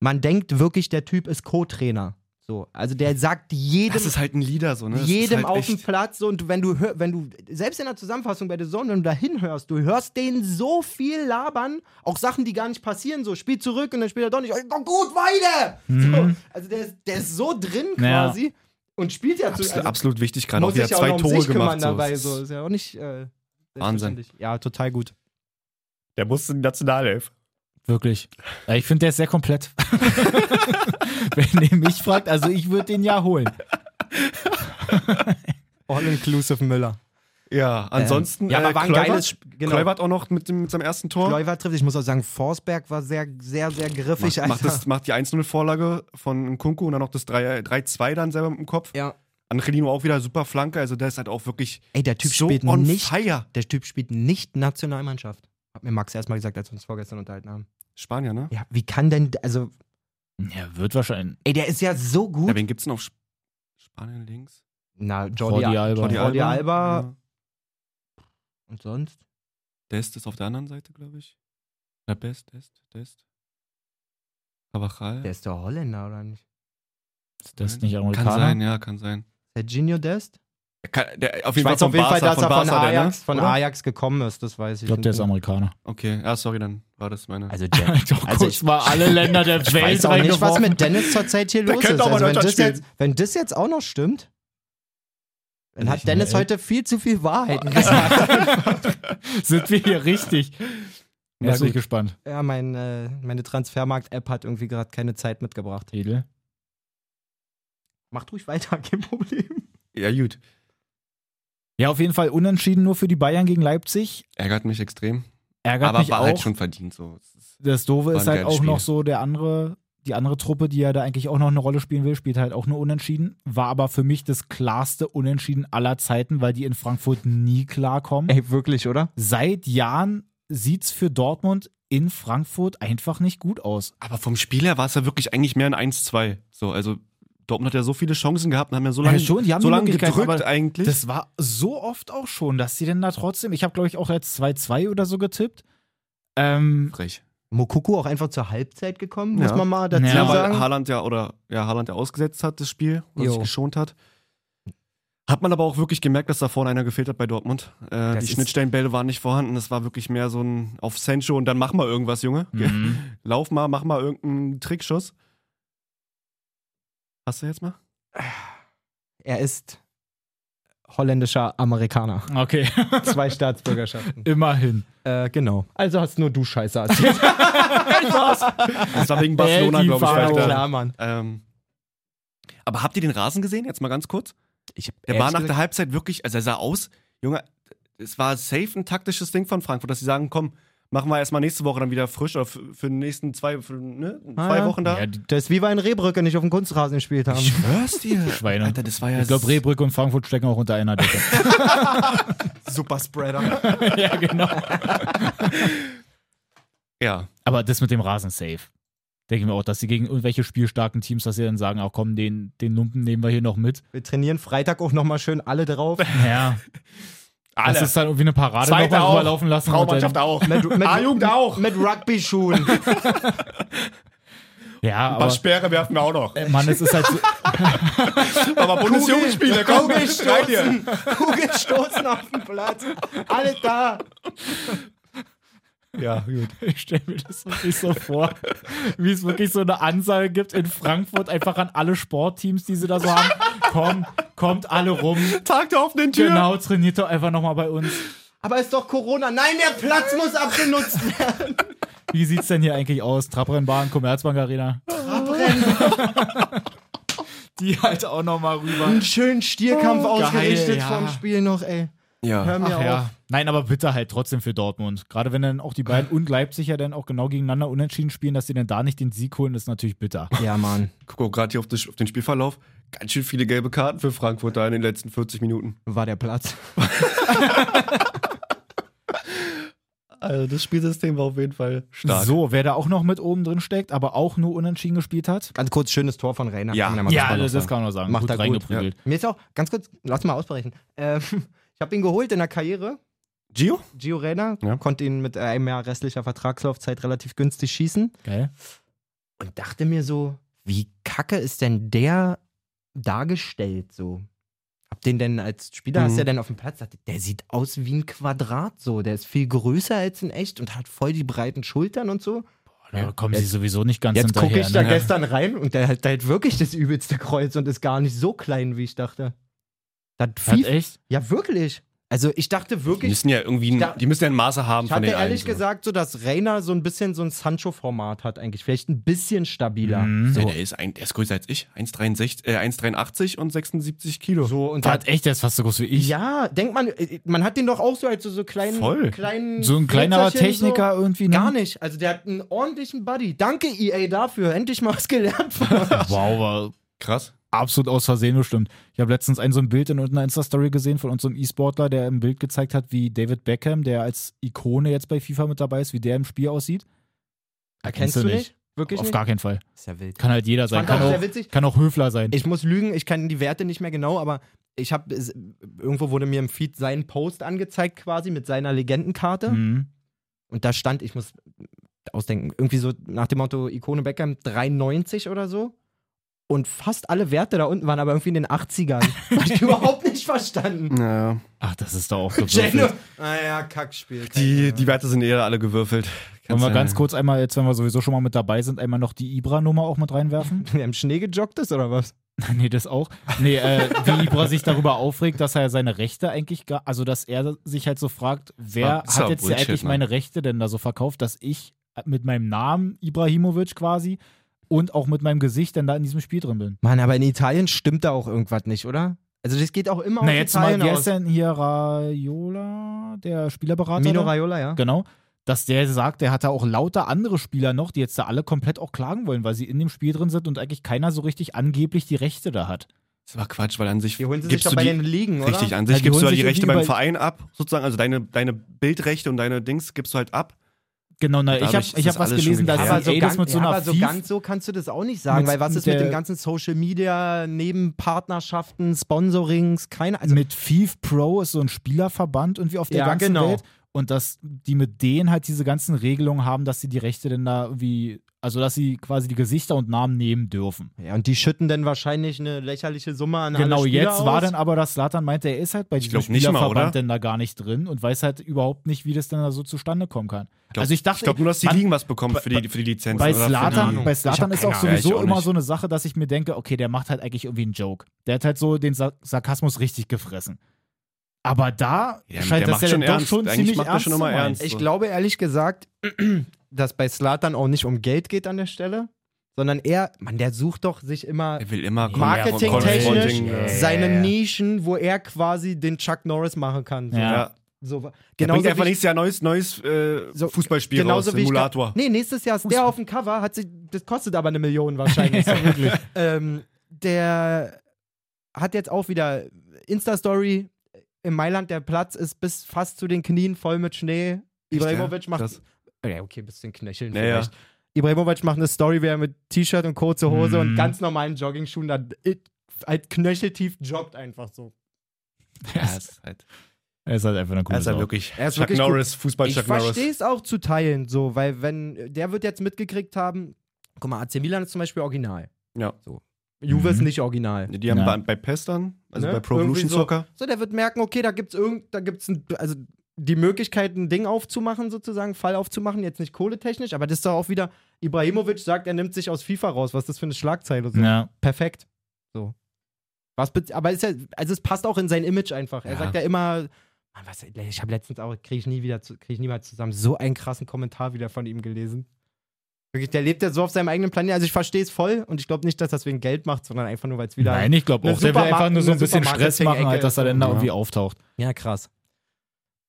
man denkt wirklich, der Typ ist Co-Trainer. So, also der sagt jedem, Das ist halt ein Lieder so, ne? Das ist jedem halt auf dem echt- Platz so, und wenn du hör, wenn du selbst in der Zusammenfassung bei der Sonne wenn du dahin hörst, du hörst denen so viel labern, auch Sachen, die gar nicht passieren, so spiel zurück und dann spielt er doch nicht. Oh, gut weiter. Mhm. So, also der ist, der ist so drin Ja. quasi und spielt ja zu Absolut, also absolut wichtig gerade. Auch muss wieder sich ja auch zwei noch um Tore sich gemacht. kümmern So. dabei so ist ja auch nicht äh, Wahnsinn. selbstverständlich. Ja, total gut. Der muss in die Nationalelf. Wirklich. Ja, Ich finde, der ist sehr komplett. [LAUGHS] Wenn ihr mich fragt, also ich würde den ja holen. All-inclusive Müller. Ja, ansonsten. ja, aber äh, war ein Kluivert- geiles Sp- genau. Kluivert auch noch mit, dem, mit seinem ersten Tor. Kluivert trifft, ich muss auch sagen, Forsberg war sehr sehr sehr griffig Macht, macht, Alter. das, macht die 1-0-Vorlage von Kunku und dann noch das 3 3-2 dann selber mit dem Kopf. ja. Angelino auch wieder super Flanke, also der ist halt auch wirklich Ey, der Typ so spielt on nicht. fire. Der Typ spielt nicht Nationalmannschaft. Hat mir Max erstmal gesagt, als wir uns vorgestern unterhalten haben. Spanier, ne? Ja, wie kann denn, also, Ja, wird wahrscheinlich. ey, der ist ja so gut. Ja, wen gibt's denn auf Sp Spanien links? Na, Jordi, Jordi Alba. Alba. Jordi, Alba. Ja. Und sonst? Dest ist auf der anderen Seite, glaube ich. Na, Best, Dest, Dest. Cavachal. Der ist doch Holländer, oder nicht? Ist das Nein. nicht Kann Amerikaner? sein, ja, kann sein. Serginho Dest? Der kann, der, auf Ich jeden Fall weiß von auf jeden Fall, Barca, dass von er von Barca, der, Ajax, ne? von Oder? Ajax gekommen ist, das weiß ich. Ich glaube, der ist Amerikaner. [LAUGHS] Okay, ja, sorry, dann war das meine. Also, [LAUGHS] Doch, der, Also kurz mal alle Länder [LAUGHS] der ich weiß auch nicht, was reingeworfen. mit Dennis zurzeit hier Der los könnte ist. auch mal Also, wenn, das Deutschland jetzt, wenn das jetzt auch noch stimmt, dann Also hat ich- Dennis ey. heute viel zu viel Wahrheiten [LAUGHS] gesagt. [LAUGHS] Sind wir hier richtig? Na Jetzt bin ich gut. gespannt. Ja, mein, äh, meine Transfermarkt-App hat irgendwie gerade keine Zeit mitgebracht. Edel. Macht ruhig weiter, [LAUGHS] kein Problem. ja, gut. Ja, auf jeden Fall unentschieden nur für die Bayern gegen Leipzig. Ärgert mich extrem. Ärgert aber mich war auch. halt schon verdient. So. Es ist- das Doofe War ist ein halt geiles auch noch Spiel. so der andere, die andere Truppe, die ja da eigentlich auch noch eine Rolle spielen will, spielt halt auch nur Unentschieden. War aber für mich das klarste Unentschieden aller Zeiten, weil die in Frankfurt nie klarkommen. Ey, wirklich, oder? Seit Jahren sieht's für Dortmund in Frankfurt einfach nicht gut aus. Aber vom Spiel her war es ja wirklich eigentlich mehr ein 1-2. So, also Dortmund hat ja so viele Chancen gehabt und haben ja so lange, Ja, Also schon, die haben so die lange Möglichkeit, gedrückt aber eigentlich. Das war so oft auch schon, dass sie denn da trotzdem, ich habe glaube ich auch jetzt 2-2 oder so getippt. Ähm, frech. Mokuku auch einfach zur Halbzeit gekommen, muss Ja. man mal dazu Ja, Ja, weil sagen. Haaland ja oder ja, Haaland ja ausgesetzt hat das Spiel und Jo. sich geschont hat. Hat man aber auch wirklich gemerkt, dass da vorne einer gefehlt hat bei Dortmund. Äh, die ist- Schnittstellenbälle waren nicht vorhanden. Das war wirklich mehr so ein auf Sancho und dann mach mal irgendwas, Junge. mhm. Lauf mal, mach mal irgendeinen Trickschuss. Hast du jetzt mal? Er ist holländischer Amerikaner. [LAUGHS] Okay, [LAUGHS] [LAUGHS] Zwei Staatsbürgerschaften. immerhin. [LAUGHS] äh, genau. Also hast nur du Scheiße [LAUGHS] erzählt. Das war [LAUGHS] Äh, wegen Barcelona, Ey, die glaube ich. Fahrer. weiter. Klar, Mann. Ähm, aber habt ihr den Rasen gesehen? Jetzt mal ganz kurz. Ich hab Der ehrlich war nach der gesagt- Halbzeit wirklich, also er sah aus, Junge, es war safe ein taktisches Ding von Frankfurt, dass sie sagen, komm, machen wir erstmal nächste Woche dann wieder frisch oder für, für die nächsten zwei, für, ne, Ah, zwei ja. Wochen da. Ja, die- Das ist wie bei den Rehbrücke nicht auf dem Kunstrasen gespielt haben. schwör's dir. Schweine. Alter, das war ja Ich glaube, Rehbrück und Frankfurt stecken auch unter einer Decke. [LAUGHS] [LAUGHS] Super Spreader. ja, genau. Ja, Aber das mit dem Rasen safe. Denke ich mir auch, dass sie gegen irgendwelche spielstarken Teams, dass sie dann sagen, ach komm, den, den Lumpen nehmen wir hier noch mit. Wir trainieren Freitag auch nochmal schön alle [LAUGHS] drauf. Ja. Alle. [LAUGHS] Das ist dann irgendwie eine Parade nochmal drüber laufen lassen. und Fraumannschaft dann, auch. Mit, mit, A-Jugend auch. Mit Rugby-Schuhen. [LAUGHS] Ja, Ein paar aber Sperre werfen wir auch [LAUGHS] noch. äh, Mann, es ist halt so, Aber Bundesjugendspieler, komm, rein hier. Kugelstoßen. Kugelstoßen auf dem Platz. Alle da. Ja, gut. [LAUGHS] ich stelle mir das wirklich so vor, wie es wirklich so eine Ansage gibt in Frankfurt einfach an alle Sportteams, die sie da so haben. Komm, kommt alle rum. Tag der offenen Tür. Genau, trainiert doch einfach nochmal bei uns. Aber ist doch Corona. Nein, der Platz muss abgenutzt werden. Wie sieht's denn hier eigentlich aus? Trabrennbahn, Commerzbank Arena. Die halt auch nochmal rüber. Einen schönen Stierkampf ausgerichtet geil, ja. vorm Spiel noch, ey. Hör Ja. mir auf. Ja. Nein, aber bitte halt trotzdem für Dortmund. Gerade wenn dann auch die beiden und Leipzig ja dann auch genau gegeneinander unentschieden spielen, dass sie dann da nicht den Sieg holen, ist natürlich bitter. Ja, Mann. Guck auch gerade hier auf, das, auf den Spielverlauf. Ganz schön viele gelbe Karten für Frankfurt da in den letzten 40 Minuten. War der Platz. Also das Spielsystem war auf jeden Fall stark. So, wer da auch noch mit oben drin steckt, aber auch nur unentschieden gespielt hat. Ganz kurz, schönes Tor von Rainer. Ja. Kann man mal ja, kurz mal das, noch das sagen. kann man auch sagen. Macht gut er gut, reingeprügelt. Mir ist auch, ganz kurz, lass mal ausbrechen. Ähm, [LAUGHS] ich habe ihn geholt in der Karriere. Gio? Gio Reyna Ja. konnte ihn mit einem Jahr restlicher Vertragslaufzeit relativ günstig schießen. Geil. und dachte mir so, wie kacke ist denn der dargestellt so? Hab den denn als Spieler, Mhm. hast du ja dann auf dem Platz, dachte, der sieht aus wie ein Quadrat so, der ist viel größer als in echt und hat voll die breiten Schultern und so. Boah, da kommen sie sowieso nicht ganz Jetzt gucke hinterher. ich da ne? gestern rein und der hat halt wirklich das übelste Kreuz und ist gar nicht so klein, wie ich dachte. Das Hat Vieh- echt? ja, wirklich. Also ich dachte Die wirklich, müssen ja irgendwie, Da- die müssen ja ein Maße haben ich von hatte den ehrlich allen, gesagt so, dass Rainer so ein bisschen so ein Sancho-Format hat eigentlich. Vielleicht ein bisschen stabiler. Mhm. So. So. Ja, der, ist ein, der ist größer als ich. 1,63 äh, 1,83 und 76 Kilo. So, und Hat echt, der ist fast so groß wie ich. Ja, denkt man, äh, man hat den doch auch so als so, so kleinen, Voll. kleinen. So ein kleinerer Flitzerchen Techniker irgendwie. So. Ne? Gar nicht. Also der hat E [LAUGHS] einen ordentlichen Buddy. Danke EA dafür. Endlich mal was gelernt. Wow, war Krass. absolut aus Versehen bestimmt. Ich habe letztens ein so ein Bild in irgendeiner Insta-Story gesehen von unserem E-Sportler, der im Bild gezeigt hat, wie David Beckham, der als Ikone jetzt bei FIFA mit dabei ist, wie der im Spiel aussieht. Erkennst du nicht? Wirklich Auf nicht? gar keinen Fall. Ist ja wild. Kann halt jeder sein. Fand Kann auch auch, sehr witzig. kann auch Höfler sein. Ich muss lügen, ich kann die Werte nicht mehr genau, aber ich habe irgendwo wurde mir im Feed sein Post angezeigt quasi mit seiner Legendenkarte Mhm. und da stand, ich muss ausdenken, irgendwie so nach dem Motto Ikone Beckham 93 oder so. Und fast alle Werte da unten waren aber irgendwie in den 80ern. Hab ich überhaupt nicht verstanden. Naja. Ach, das ist doch auch [LAUGHS] Jenno. gewürfelt. Ah ja, Kackspiel. Die, die Werte sind eher alle gewürfelt. Wollen wir Kannst du- ganz kurz einmal, jetzt wenn wir sowieso schon mal mit dabei sind, einmal noch die Ibra-Nummer auch mit [LAUGHS] reinwerfen? Wer im Schnee gejoggt ist oder was? nee, das auch. Nee, äh, wie Ibra sich darüber aufregt, dass er seine Rechte eigentlich, gar, also dass er sich halt so fragt, wer Ah, ist ja hat jetzt hier Bullshit, eigentlich ne? meine Rechte denn da so verkauft, dass ich mit meinem Namen Ibrahimovic quasi und auch mit meinem Gesicht denn da in diesem Spiel drin bin. Mann, aber in Italien stimmt da auch irgendwas nicht, oder? Also das geht auch immer Na, aus jetzt mal, Italien wer aus. ist denn hier Raiola, der Spielerberater? Mino da? Raiola, ja. Genau. Dass der sagt, der hat da auch lauter andere Spieler noch, die jetzt da alle komplett auch klagen wollen, weil sie in dem Spiel drin sind und eigentlich keiner so richtig angeblich die Rechte da hat. Das war Quatsch, weil an sich. Die holen sie sich gibst doch du bei die- den Ligen, oder? Richtig, an Ja, sich die gibst du holen halt die sich Rechte irgendwie bei- beim Verein ab, sozusagen. Also deine, deine Bildrechte und deine Dings gibst du halt ab. Genau, na, Dadurch ich habe ist ich das hab was alles schon gelesen, dass geklärt. Aber, aber so, ey, das ganz, mit so ja, einer aber so Fief- ganz so kannst du das auch nicht sagen, Mit- weil was ist mit mit den der- ganzen Social Media, Nebenpartnerschaften, Sponsorings, keine. Also, mit FIF Pro ist so ein Spielerverband irgendwie auf der Ja, ganzen genau. Welt und dass die mit denen halt diese ganzen Regelungen haben, dass sie die Rechte denn da irgendwie, also dass sie quasi die Gesichter und Namen nehmen dürfen. ja, und die schütten dann wahrscheinlich eine lächerliche Summe an alle Genau, Spieler jetzt war aus. dann aber, dass Slatan meinte, er ist halt bei diesem glaub nicht mal, oder? Spielerverband denn da gar nicht drin und weiß halt überhaupt nicht, wie das denn da so zustande kommen kann. also ich dachte, Ich glaube nur, dass die man- Ligen was bekommen für die, für die Lizenzen. bei oder für die- Slatan, bei Slatan Ich ist hab auch keine Ahnung. sowieso Ja, ich auch immer nicht. so eine Sache, dass ich mir denke, okay, der macht halt eigentlich irgendwie einen Joke. Der hat halt so den Sa Sarkasmus richtig gefressen. Aber da Ja, scheint der das macht ja schon dann doch ernst. schon Eigentlich ziemlich macht er ernst schon zu immer meinen. ernst. Ich So. glaube ehrlich gesagt, [CLEARS THROAT] dass bei Slatan auch nicht um Geld geht an der Stelle, sondern er, man, der sucht doch sich immer Äh. Er will immer marketingtechnisch Confronting, ja. ja. seine ja, ja. Nischen, wo er quasi den Chuck Norris machen kann. So, Ja. Ja. so, Genau genauso bringt einfach wie- nächstes Jahr neues, neues äh, So, Fußballspiel raus, ich- Simulator. Nee, nächstes Jahr ist der auf dem Cover, hat sich, das kostet aber eine Million wahrscheinlich. so wirklich. [LAUGHS] Ähm, der hat jetzt auch wieder Insta-Story. In Mailand, der Platz ist bis fast zu den Knien voll mit Schnee. Ibrahimovic macht. Krass. Ja, okay, bis zu den Knöcheln Naja. vielleicht. Ibrahimovic macht eine Story, wie er mit T-Shirt und kurze Hose Mhm. und ganz normalen Joggingschuhen dann äh, halt knöcheltief joggt einfach so. Ja, ist halt, Er ist halt einfach eine er coole ist halt Sau. wirklich. Er ist also Chuck wirklich gut. Norris, Fußball Ich Chuck Norris. verstehe es auch zu teilen, so, weil wenn der wird jetzt mitgekriegt haben, guck mal, AC Milan ist zum Beispiel original. Ja. Juve ist Mhm. nicht original. Die haben Ja. bei, bei PES dann, also Ne? bei Pro Evolution Irgendwie so. Soccer. So, der wird merken, okay, da gibt's irgend, da gibt's ein, also die Möglichkeit, ein Ding aufzumachen, sozusagen, Fall aufzumachen, jetzt nicht kohletechnisch, aber das ist doch auch wieder, Ibrahimovic sagt, er nimmt sich aus FIFA raus, was ist das für eine Schlagzeile so. Ja. Perfekt. So. Was bet- aber ist ja, also es passt auch in sein Image einfach. Er Ja. sagt ja immer, Mann, was, ich habe letztens auch, kriege ich nie wieder, zu- krieg ich niemals zusammen, so einen krassen Kommentar wieder von ihm gelesen. Wirklich, der lebt ja so auf seinem eigenen Planeten. Also ich verstehe es voll und ich glaube nicht, dass das wegen Geld macht, sondern einfach nur, weil es wieder. Nein, ich glaube Eine auch, der will Supermarkt- einfach nur so ein eine bisschen Stress machen, halt, Supermarketing-Ecke dass er denn da ist so. irgendwie auftaucht. Ja, krass.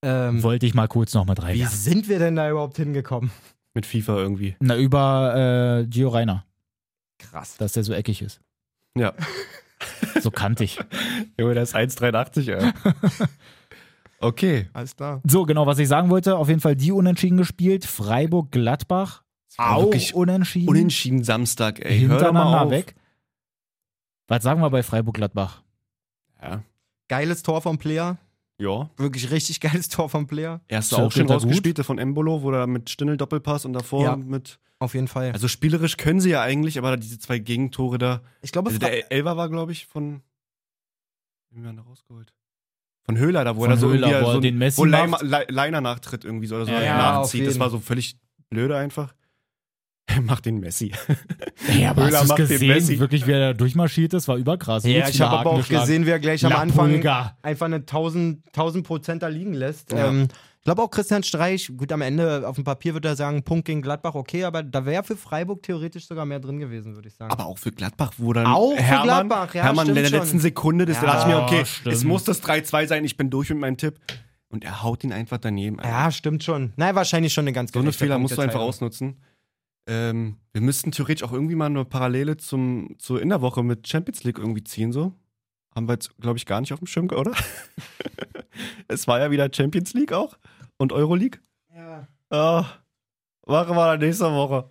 Ähm, Wollte ich mal kurz noch mit wie reinwerfen. sind wir denn da überhaupt hingekommen? Mit FIFA irgendwie. Na, über äh, Gio Reiner, Krass. dass der so eckig ist. Ja. So kantig. [LAUGHS] Junge, der ist 1,83, ey. [LAUGHS] okay. Alles klar. So, genau, was ich sagen wollte, auf jeden Fall die unentschieden gespielt. Freiburg-Gladbach war auch wirklich unentschieden. Unentschieden Samstag, ey. Hör doch mal hintereinander auf. weg. Was sagen wir bei Freiburg-Gladbach? Ja. Geiles Tor vom Player. ja. Wirklich richtig geiles Tor vom Player. Erste Zirkelt auch schon er gut? rausgespielt, der von Embolo, wo er mit Stindel Doppelpass und davor Ja. mit. Auf jeden Fall. Also spielerisch können sie ja eigentlich, aber diese zwei Gegentore da. ich glaube, Also Fra- der Elber war, glaube ich, von. Wen haben wir da rausgeholt? Von Höhler, da wo Von er so Höhler, irgendwie wo er so ein- den Messi wo Leimer, macht. Le Leiner nachtritt irgendwie so oder so Ja, ja, ja, auf nachzieht. Das jeden. war so völlig blöde einfach. [LAUGHS] Er macht den Messi. Ja, aber Höhler hast du macht es den gesehen? Messi. Wirklich, wer da durchmarschiert ist, war überkrass. ja, Gut ich viele habe aber Haken auch geschlagen. gesehen, wie er gleich am La Anfang Pulga. einfach eine 1000, 1000 Prozenter liegen lässt. Ja. Ähm, ich glaube auch Christian Streich, gut, am Ende auf dem Papier würde er sagen, Punkt gegen Gladbach, okay, aber da wäre für Freiburg theoretisch sogar mehr drin gewesen, würde ich sagen. Aber auch für Gladbach, wo dann Auch für Hermann, Gladbach, ja, Hermann in der stimmt schon. letzten Sekunde, das Ja, da dachte ich mir, okay, stimmt. es muss das 3-2 sein, ich bin durch mit meinem Tipp. Und er haut ihn einfach daneben. Alter. ja, stimmt schon. Nein, wahrscheinlich schon eine ganz so eine gerechte Fehler musst du einfach Punkteteilung. ausnutzen. Ähm, wir müssten theoretisch auch irgendwie mal eine Parallele zum, zur Innerwoche mit Champions League irgendwie ziehen, so. Haben wir jetzt, glaube ich, gar nicht auf dem Schirm, ge- oder? [LAUGHS] es war ja wieder Champions League auch und Euroleague. Ja. Ja, machen wir dann nächste Woche.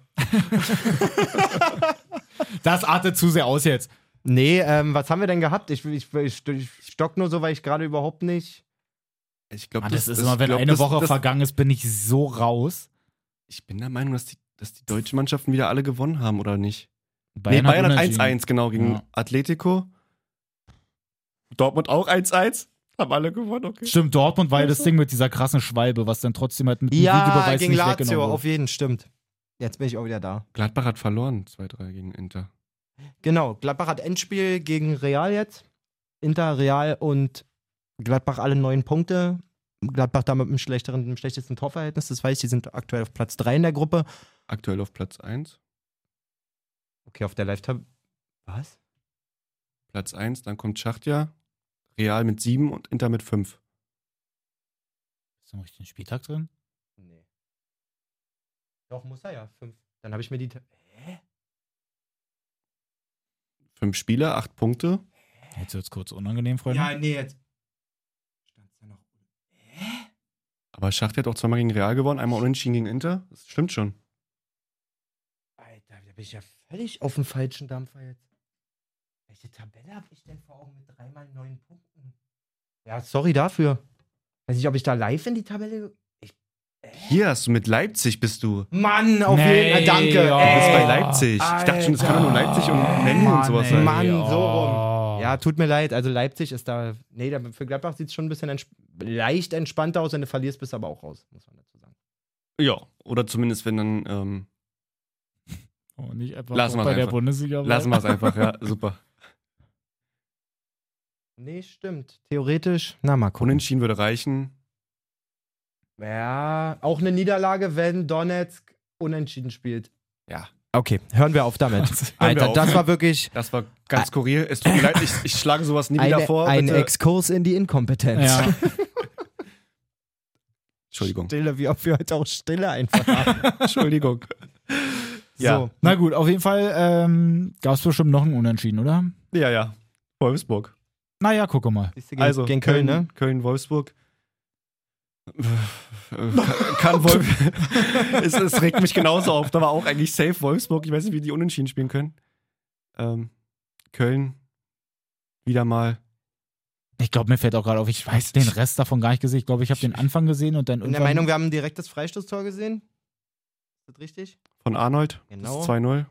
Das artet zu sehr aus jetzt. Nee, ähm, was haben wir denn gehabt? Ich, ich, ich, ich stock nur so, weil ich gerade überhaupt nicht. Ich glaube, Mann, das, ist immer, wenn eine Woche vergangen ist, bin ich so raus. Ich bin der Meinung, dass die, dass die deutschen Mannschaften wieder alle gewonnen haben, oder nicht? Bayern, nee, Bayern hat unentschieden. 1-1, genau, gegen Ja. Atletico. Dortmund auch 1-1. Haben alle gewonnen, Hm? okay. Stimmt, Dortmund war ja das Ding mit dieser krassen Schwalbe, was dann trotzdem halt mit dem Videobeweis gegen nicht Lazio, weggenommen auf wurde. jeden, stimmt. Jetzt bin ich auch wieder da. Gladbach hat verloren, 2-3 gegen Inter. Genau, Gladbach hat Endspiel gegen Real jetzt. Inter, Real und Gladbach alle neun Punkte. Gladbach damit mit dem, schlechteren, dem schlechtesten Torverhältnis. Das heißt, die sind aktuell auf Platz drei in der Gruppe. Aktuell auf Platz 1. Okay, auf der Live-Tab. Was? Platz 1, dann kommt Schachtja, Real mit 7 und Inter mit 5. Ist noch den Spieltag drin? Nee. Doch, muss er ja. Fünf. Dann habe ich mir die. Ta- Fünf Spieler, 8 Punkte. Jetzt wird's kurz unangenehm, Freunde. nee, jetzt. Stand's ja noch. Aber Schachtja hat auch zweimal gegen Real gewonnen, einmal unentschieden gegen Inter. Das stimmt schon. Alter, da bin ich ja völlig auf dem falschen Dampfer jetzt. Welche Tabelle habe ich denn vor Augen mit dreimal neun Punkten? Ja, sorry dafür. Weiß nicht, ob ich da live in die Tabelle. ge- Hier hast du mit Leipzig bist du. Mann, auf Nee, jeden Fall. Danke. ja. Du bist bei Ey, Leipzig. Ich dachte schon, das kann doch nur Leipzig und Mennen und sowas halt. sein. Mann, so rum. Ja, tut mir leid. Also Leipzig ist da. Nee, da, für Gladbach sieht es schon ein bisschen entsp leicht entspannter aus. Wenn du verlierst, bist du aber auch raus, muss man dazu sagen. Ja, oder zumindest wenn dann. Ähm, Oh, nicht etwa Lassen auch wir's bei der einfach. Bundesliga. lassen wir es einfach, [LAUGHS] ja, [LAUGHS] super. Nee, stimmt. Theoretisch. Na, mal gucken. Unentschieden würde reichen. Ja, auch eine Niederlage, wenn Donetsk unentschieden spielt. Ja. Okay, hören wir auf [LAUGHS] damit. wir Alter, auf. das war [LAUGHS] wirklich Das war ganz skurril. Es tut mir leid, ich, ich schlage sowas nie wieder eine, vor. ein bitte. Exkurs in die Inkompetenz. Ja. [LAUGHS] Entschuldigung. Stille, wie oft wir heute auch Stille einfach haben. Entschuldigung. So. [LAUGHS] Ja. Na gut, auf jeden Fall ähm, gab es bestimmt noch einen Unentschieden, oder? ja, ja. Wolfsburg. Naja, gucke mal. Siehst du, Gegen, also gegen Köln, ne? Köln, Wolfsburg. Kann, [LAUGHS] kann Wolf es, es regt mich genauso auf. Da war auch eigentlich safe Wolfsburg. Ich weiß nicht, wie die unentschieden spielen können. Ähm, Köln wieder mal. Ich glaube, mir fällt auch gerade auf, ich weiß den Rest davon gar nicht gesehen. Ich glaube, ich habe den Anfang gesehen und In dann der irgendwann. Meinung, wir haben ein direktes Freistoßtor gesehen. Ist das richtig? von Arnold. Genau. Das 2-0.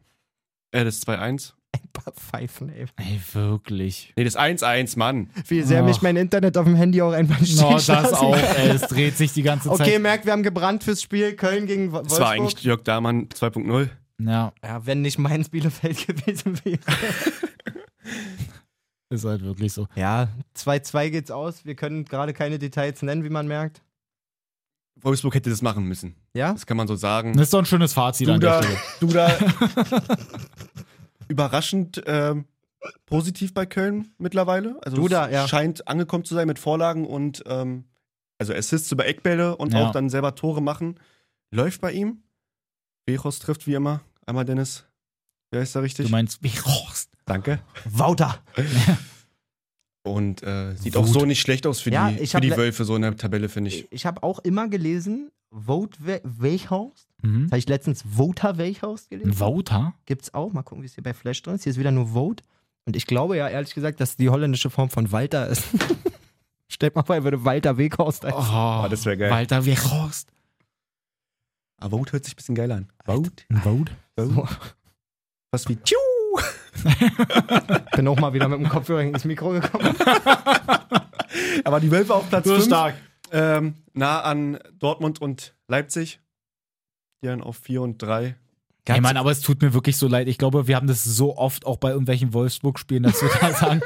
Äh, das 2-1. Ein paar Pfeifen, ey. Ey, [LAUGHS] wirklich. Nee, das 1-1, Mann. Wie sehr Ach. mich mein Internet auf dem Handy auch einfach stehen Ah. No, das lassen. auch, ey, es dreht sich die ganze Okay, Zeit. merkt, wir haben gebrannt fürs Spiel. Köln gegen Wo- Wolfsburg. Das war eigentlich Jörg Dahmann 2.0. Ja, ja, wenn nicht Mainz Bielefeld [LAUGHS] gewesen wäre. ist halt wirklich so. Ja, 2-2 geht's aus. Wir können gerade keine Details nennen, wie man merkt. Wolfsburg hätte das machen müssen. Ja? Das kann man so sagen. Das ist doch ein schönes Fazit an der Stelle. [LAUGHS] du da überraschend ähm, positiv bei Köln mittlerweile. Also Duda, es ja. scheint angekommen zu sein mit Vorlagen und ähm, also Assists über Eckbälle und Ja. auch dann selber Tore machen. Läuft bei ihm. Bechos trifft wie immer. Einmal Dennis. Wer ist da Du richtig? meinst, wie rochst. Danke. Wauter! Und äh, sieht Wut. auch so nicht schlecht aus für Ja, die, ich für hab die le- Wölfe, so in der Tabelle, finde ich. Ich habe auch immer gelesen, Vote We- Weichhorst. Mhm. Das habe ich letztens Voter Weichhorst gelesen. Ein Wouter? Gibt's auch. Mal gucken, wie es hier bei Flash drin ist. Hier ist wieder nur Vote. Und ich glaube ja, ehrlich gesagt, dass die holländische Form von Walter ist. [LAUGHS] Stellt mal vor, er würde Walter Weghorst heißen. Oh, das wär geil. Walter Wechhorst. Aber Vote hört sich ein bisschen geil an. Ein Wout? So. Was wie Tschu. Bin auch mal wieder mit dem Kopfhörer ins Mikro [LAUGHS] gekommen. Aber die Wölfe auf Platz So 5. stark. Ähm, nah an Dortmund und Leipzig. Die dann auf 4 und 3. Ey, Mann, aber es tut mir wirklich so leid. Ich glaube, wir haben das so oft auch bei irgendwelchen Wolfsburg-Spielen, dass wir da sagen,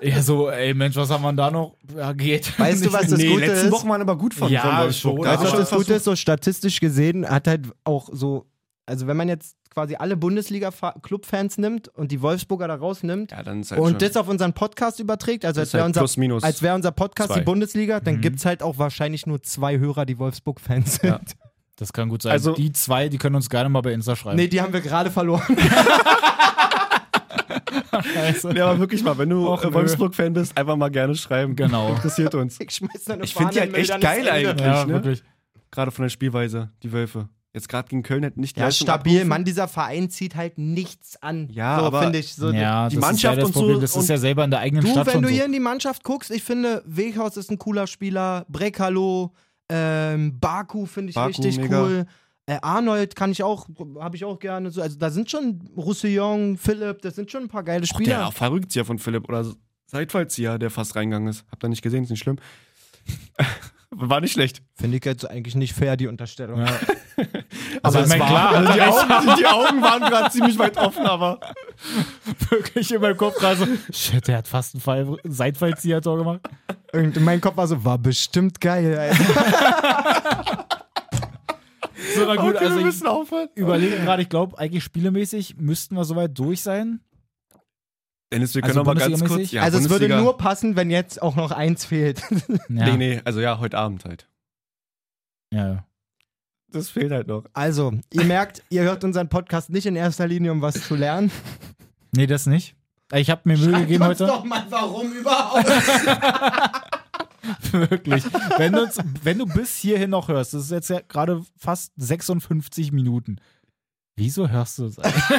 ja so, ey Mensch, was haben wir denn da noch? Ja, geht. Weißt [LAUGHS] du, was das [LAUGHS] nee, Gute letzten ist? Wochen waren aber gut von, Ja, von schon, Wolfsburg. Da Weißt du, hat was aber- das man Gute ist? So statistisch gesehen hat halt auch so, also wenn man jetzt quasi alle Bundesliga-Club-Fans nimmt und die Wolfsburger da rausnimmt Ja, dann ist halt schon, und das auf unseren Podcast überträgt, also ist als wäre halt unser, plus minus. als wär unser Podcast zwei. die Bundesliga, dann Mhm. gibt's gibt es halt auch wahrscheinlich nur zwei Hörer, die Wolfsburg-Fans sind. Ja. Das kann gut sein. Also- die zwei, die können uns gerne mal bei Insta schreiben. Nee, die haben wir gerade verloren. [LAUGHS] [LAUGHS] Scheiße. Ja, aber wirklich mal, wenn du Och, äh, nö. Wolfsburg-Fan bist, einfach mal gerne schreiben. Genau. Interessiert uns. [LAUGHS] Ich schmeiß da eine Ich find die Fahne in den halt echt Müll, dann geil ist Ende. eigentlich. ja, ne? wirklich. Gerade von der Spielweise, die Wölfe. Jetzt gerade gegen Köln hätten nicht die Ja, Leistung stabil. abgerufen. Mann, dieser Verein zieht halt nichts an. Ja, so, aber- finde ich. So ja, das ist die ja Mannschaft das und so Problem. Das und- ist ja selber in der eigenen Du, Stadt wenn schon du hier so. in die Mannschaft guckst, ich finde, Weghaus ist ein cooler Spieler, Brekalo, ähm, Baku finde ich Baku, richtig mega. cool. Äh, Arnold kann ich auch, habe ich auch gerne. So. Also da sind schon Roussillon, Philipp, das sind schon ein paar geile Der Spieler. Verrücktzieher von Philipp oder Seitfallzieher, der fast reingegangen ist. Habt ihr nicht gesehen, ist nicht schlimm. [LAUGHS] War nicht schlecht. finde ich jetzt eigentlich nicht fair, die Unterstellung. Ja. Also Aber ich meine, klar, [LAUGHS] also [LAUGHS] die, hat er Augen, die Augen waren gerade ziemlich weit offen, [LAUGHS] aber wirklich in meinem Kopf gerade so, shit, der hat fast ein Fall, Seitfallzieher-Tor gemacht. Irgend in meinem Kopf war so, war bestimmt geil. Ey. So, na gut, okay, also wir ich müssen aufhören. überlege gerade, ich glaube, eigentlich spielemäßig müssten wir soweit durch sein. Dennis, wir Also können noch mal ganz kurz. Bundesliga-mäßig? Ja, also es würde Bundesliga. nur passen, wenn jetzt auch noch eins fehlt. Ja. Nee, nee, also ja, heute Abend halt. ja. Das fehlt halt noch. Also, ihr merkt, ihr hört unseren Podcast nicht in erster Linie, um was zu lernen. nee das nicht. Ich habe mir Mühe gegeben Schreibt uns heute. doch mal, warum überhaupt. [LAUGHS] Wirklich. Wenn du, uns, wenn du bis hierhin noch hörst, das ist jetzt ja gerade fast 56 Minuten. Wieso hörst du es eigentlich?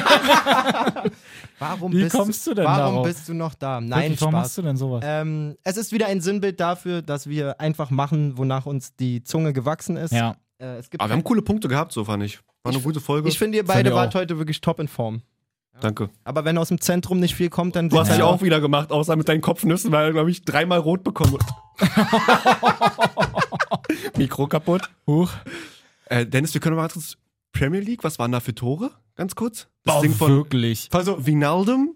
Warum Wie bist kommst du denn Warum darauf? bist du noch da? Nein, Wirklich, warum Spaß. machst du denn sowas? Ähm, es ist wieder ein Sinnbild dafür, dass wir einfach machen, wonach uns die Zunge gewachsen ist. ja, Äh, es gibt Aber wir haben coole Punkte gehabt, so fand ich. War eine gute Folge. ich finde, ihr beide ich wart auch. heute wirklich top in Form. Danke. Aber wenn aus dem Zentrum nicht viel kommt, dann halt Du hast ja. dich auch wieder gemacht, außer mit deinen Kopfnüssen, weil, glaube ich, dreimal rot bekommen. Mikro kaputt. Huch. Äh, Dennis, wir können mal kurz Premier League, was waren da für Tore? Ganz kurz. Das Boah, Ding von Oh, wirklich. also, Vinaldum.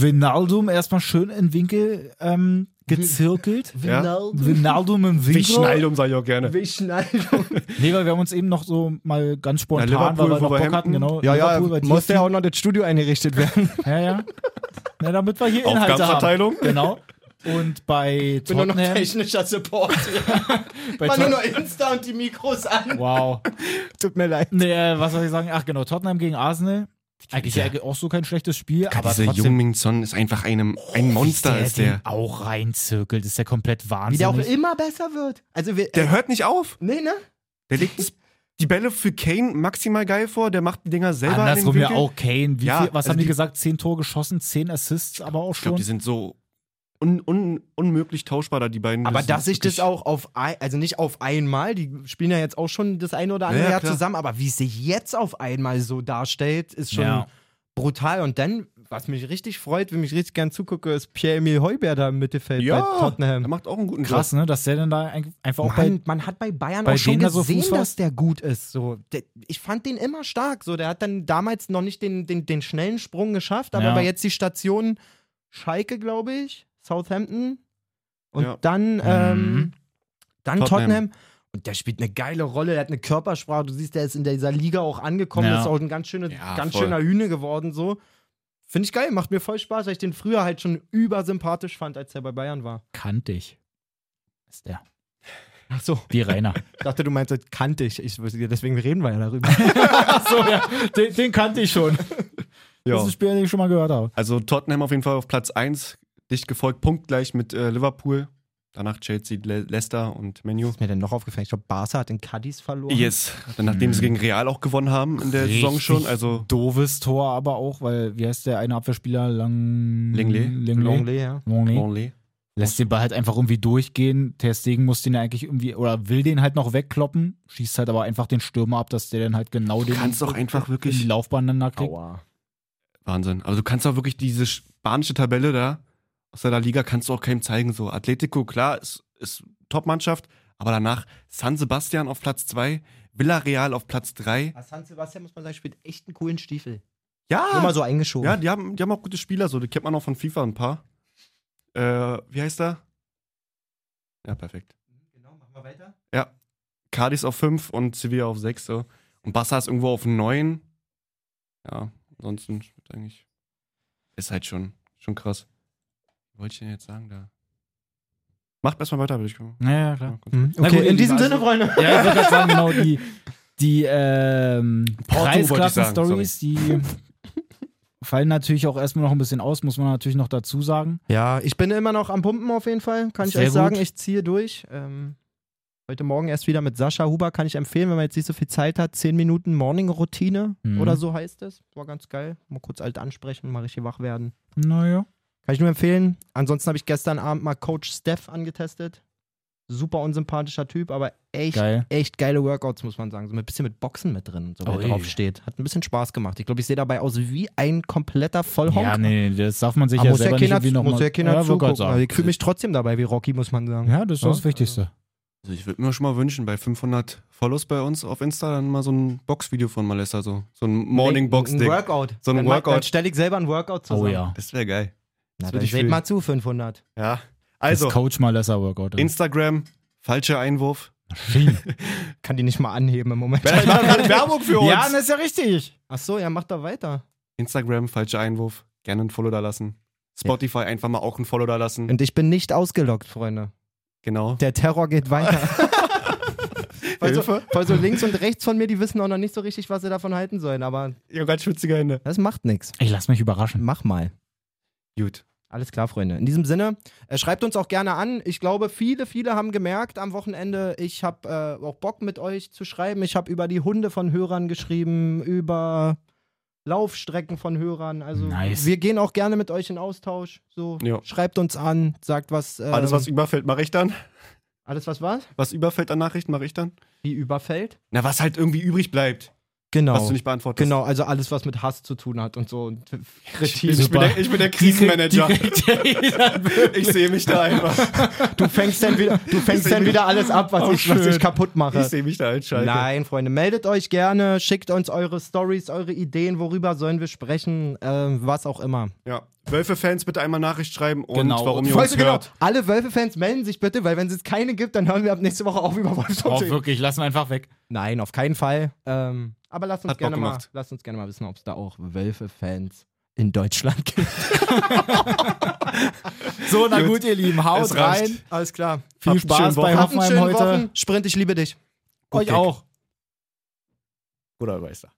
Vinaldum erstmal schön in Winkel ähm, gezirkelt. Vinaldo. Vinaldum im Winkel. Vinaldum sag ich auch gerne. Vinaldo. Nee, weil wir haben uns eben noch so mal ganz spontan, Na, Liverpool, weil wir noch Bock Wolverhampton. hatten, genau. Ja, ja, Liverpool, weil die- muss ja auch noch das Studio eingerichtet werden. Ja, ja. Na, damit wir hier Inhalte haben. Aufgabenverteilung. Genau. Und bei bin nur noch Tottenham, technischer Support. bei War nur Tot noch Insta und die Mikros an. wow. Tut mir leid. Nee, äh, was soll ich sagen? Ach genau, Tottenham gegen Arsenal. Eigentlich ja auch so kein schlechtes Spiel, aber Dieser trotzdem, Oh, Jungmin Son ist einfach einem, ein Monster, der ist der. den auch reinzirkelt, ist ja komplett Wie der auch wahnsinnig. immer besser wird. Also wir, Der hört nicht auf. nee, ne? [LAUGHS] Der legt das- die Bälle für Kane maximal geil vor, der macht die Dinger selber. in den Andersrum ja Winkel. auch Kane. Wie Ja, viel, was also haben die, die- gesagt? Zehn Tore geschossen, zehn Assists, aber auch Ich glaube, schon. die sind so un, un, unmöglich tauschbar, da die beiden. Aber ist dass ich das wirklich- auch auf, ein, also nicht auf einmal, die spielen ja jetzt auch schon das ein oder andere Ja, ja, Jahr klar. zusammen, aber wie es sich jetzt auf einmal so darstellt, ist schon Ja. brutal. Und dann, was mich richtig freut, wenn ich richtig gern zugucke, ist Pierre-Emil Heuberger im Mittelfeld Ja, bei Der Tottenham. macht auch einen guten Job. Krass, ne? Dass der dann da ein- einfach auch bei Man, man hat bei Bayern bei auch schon denen da so gesehen, Fuß war? dass der gut ist. So, der, ich fand den immer stark. So, der hat dann damals noch nicht den, den, den schnellen Sprung geschafft, aber Ja. bei jetzt die Station Schalke, glaube ich, Southampton und Ja. dann, ähm, Mhm. dann Tottenham. Tottenham. Und der spielt eine geile Rolle, der hat eine Körpersprache. Du siehst, der ist in dieser Liga auch angekommen, Ja. ist auch ein ganz, schöne, Ja, ganz voll. schöner Hühne geworden. So. Finde ich geil, macht mir voll Spaß, weil ich den früher halt schon übersympathisch fand, als er bei Bayern war. [LAUGHS] kantig. Ist der. Ach so. Wie Rainer. [LAUGHS] Ich dachte, du meinst, das kannte ich. ich. Deswegen reden wir ja [LAUGHS] darüber. Achso, ja. Den, den kannte ich schon. Das Ja. ist ein Spiel, den ich schon mal gehört habe. Also Tottenham auf jeden Fall auf Platz 1, dicht gefolgt, punktgleich mit äh, Liverpool. Danach Chelsea, Le Leicester und Menu. ist mir denn noch aufgefallen? Ich glaube, Barca hat in Cadiz verloren. Yes. Dann, nachdem sie gegen Real auch gewonnen haben in der Saison schon. Also Doofes Tor aber auch, weil, wie heißt der eine Abwehrspieler? Lang... Lenglet. Lenglet. Longley, ja. Longley. Longley. Lässt den Ball halt einfach irgendwie durchgehen. Ter Stegen muss den ja eigentlich irgendwie, oder will den halt noch wegkloppen, schießt halt aber einfach den Stürmer ab, dass der dann halt genau Du den kannst doch einfach in die wirklich. Laufbahn dann da kriegt. Aua. Wahnsinn. Also du kannst auch wirklich diese spanische Tabelle da aus der La Liga kannst du auch keinem zeigen. So Atletico, klar, ist, ist Top-Mannschaft, aber danach San Sebastian auf Platz 2, Villarreal auf Platz 3. San Sebastian, muss man sagen, spielt echt einen coolen Stiefel. Nur Ja, mal so eingeschoben. ja die, haben, die haben auch gute Spieler, so, die kennt man auch von FIFA ein paar. Äh, wie heißt er? Ja, perfekt. Genau, machen wir weiter. Cardis auf 5 und Sevilla auf 6. So. Und Barca ist irgendwo auf 9. Ja, ansonsten spielt eigentlich. Ist halt schon, schon krass. Was wollte ich denn jetzt sagen da? Macht erstmal weiter, würde ich sagen. Ja, ja, klar. Hm. Okay, Na gut, in diesem also- Sinne, Freunde. Ja, ich würde sagen, genau die, die ähm, Porto, wollte ich sagen, Preisklassen-Stories, die fallen natürlich auch erstmal noch ein bisschen aus, muss man natürlich noch dazu sagen. Ja, ich bin immer noch am Pumpen auf jeden Fall, kann ich Sehr euch gut. sagen. Ich ziehe durch. Ähm, heute Morgen erst wieder mit Sascha Huber, kann ich empfehlen, wenn man jetzt nicht so viel Zeit hat. 10 Minuten Morning-Routine Mhm. oder so heißt es. War ganz geil. Mal kurz alt ansprechen, mal richtig wach werden. Naja. Kann ich nur empfehlen. Ansonsten habe ich gestern Abend mal Coach Steph angetestet. Super unsympathischer Typ, aber echt, Geil. echt geile Workouts, muss man sagen. So ein bisschen mit Boxen mit drin, und so Ui. wer drauf steht. Hat ein bisschen Spaß gemacht. Ich glaube, ich sehe dabei aus wie ein kompletter Vollhonk. Ja, nee, das darf man sich Aber ja Ah, muss ja selber nicht keiner, irgendwie noch muss mal, ja keiner ja, wollte zugucken. gerade Also sagen. ich fühle mich trotzdem dabei wie Rocky, muss man sagen. Ja, das ist Ja, das Wichtigste. Also ich würde mir schon mal wünschen, bei 500 Follows bei uns auf Insta dann mal so ein Boxvideo von Malessa, so, so ein Morning Box Ein Ding. Workout. So ein Dann mach- Workout. Dann stelle ich selber ein Workout zusammen. oh ja. Das wäre geil. Na, Das dann würd ich seht fühlen. mal zu, 500. Ja. Also, Also, das Coach Malessa Workout. ist. Instagram, falscher Einwurf. [LAUGHS] Kann die nicht mal anheben im Moment. [LAUGHS] Ich mache gerade Werbung für uns. ne. Ja, das ist ja richtig. Ach so, ja, macht da weiter. Instagram, falscher Einwurf. Gerne ein Follow da lassen. Spotify einfach mal auch ein Follow da lassen. Und ich bin nicht ausgelockt, Freunde. Genau. Der Terror geht [LAUGHS] weiter. weil, so, Hilfe. weil so links und rechts von mir, die wissen auch noch nicht so richtig, was sie davon halten sollen. Aber Ja, ganz schwitzige Hände. das macht nichts. Ich lass mich überraschen. Mach mal. Gut. Alles klar, Freunde. In diesem Sinne, äh, schreibt uns auch gerne an. Ich glaube, viele, viele haben gemerkt am Wochenende, ich habe äh, auch Bock mit euch zu schreiben. Ich habe über die Hunde von Hörern geschrieben, über Laufstrecken von Hörern. Also Nice. wir gehen auch gerne mit euch in Austausch. So, Ja. schreibt uns an, sagt was. ähm, Alles, was überfällt, mache ich dann. alles was was? Was überfällt an Nachrichten, mache ich dann. Wie überfällt? Na, was halt irgendwie übrig bleibt, Genau. was du nicht beantwortest. genau, also alles, was mit Hass zu tun hat und so. Und Kritik. Ich, ich, bin [LAUGHS] der, ich bin der Krisenmanager. Ich sehe mich da einfach. Du fängst dann wieder, du fängst dann wieder alles ab, was, Auch ich, was ich schön. kaputt mache. Oh, Ich sehe mich da als Scheiße. Nein, Freunde, meldet euch gerne, schickt uns eure Stories, eure Ideen, worüber sollen wir sprechen, ähm, was auch immer. Ja. Wölfe-Fans bitte einmal Nachricht schreiben und Genau. warum ihr Voll uns hört. Alle Wölfe-Fans melden sich bitte, weil wenn es keine gibt, dann hören wir ab nächste Woche auf über Wolfsburg. Oh, zu reden. wirklich, lass ihn einfach weg. Nein, auf keinen Fall. Ähm, aber lasst uns, Hat Bock gerne mal, gemacht. lasst uns gerne mal wissen, ob es da auch Wölfe-Fans in Deutschland gibt. So, na gut, ihr Lieben, haut Es reicht. rein. Alles klar. Viel Habt einen schönen Spaß bei Habt einen Hoffenheim schönen heute. Wochen. Sprint, ich liebe dich. Euch auch. Oder Meister.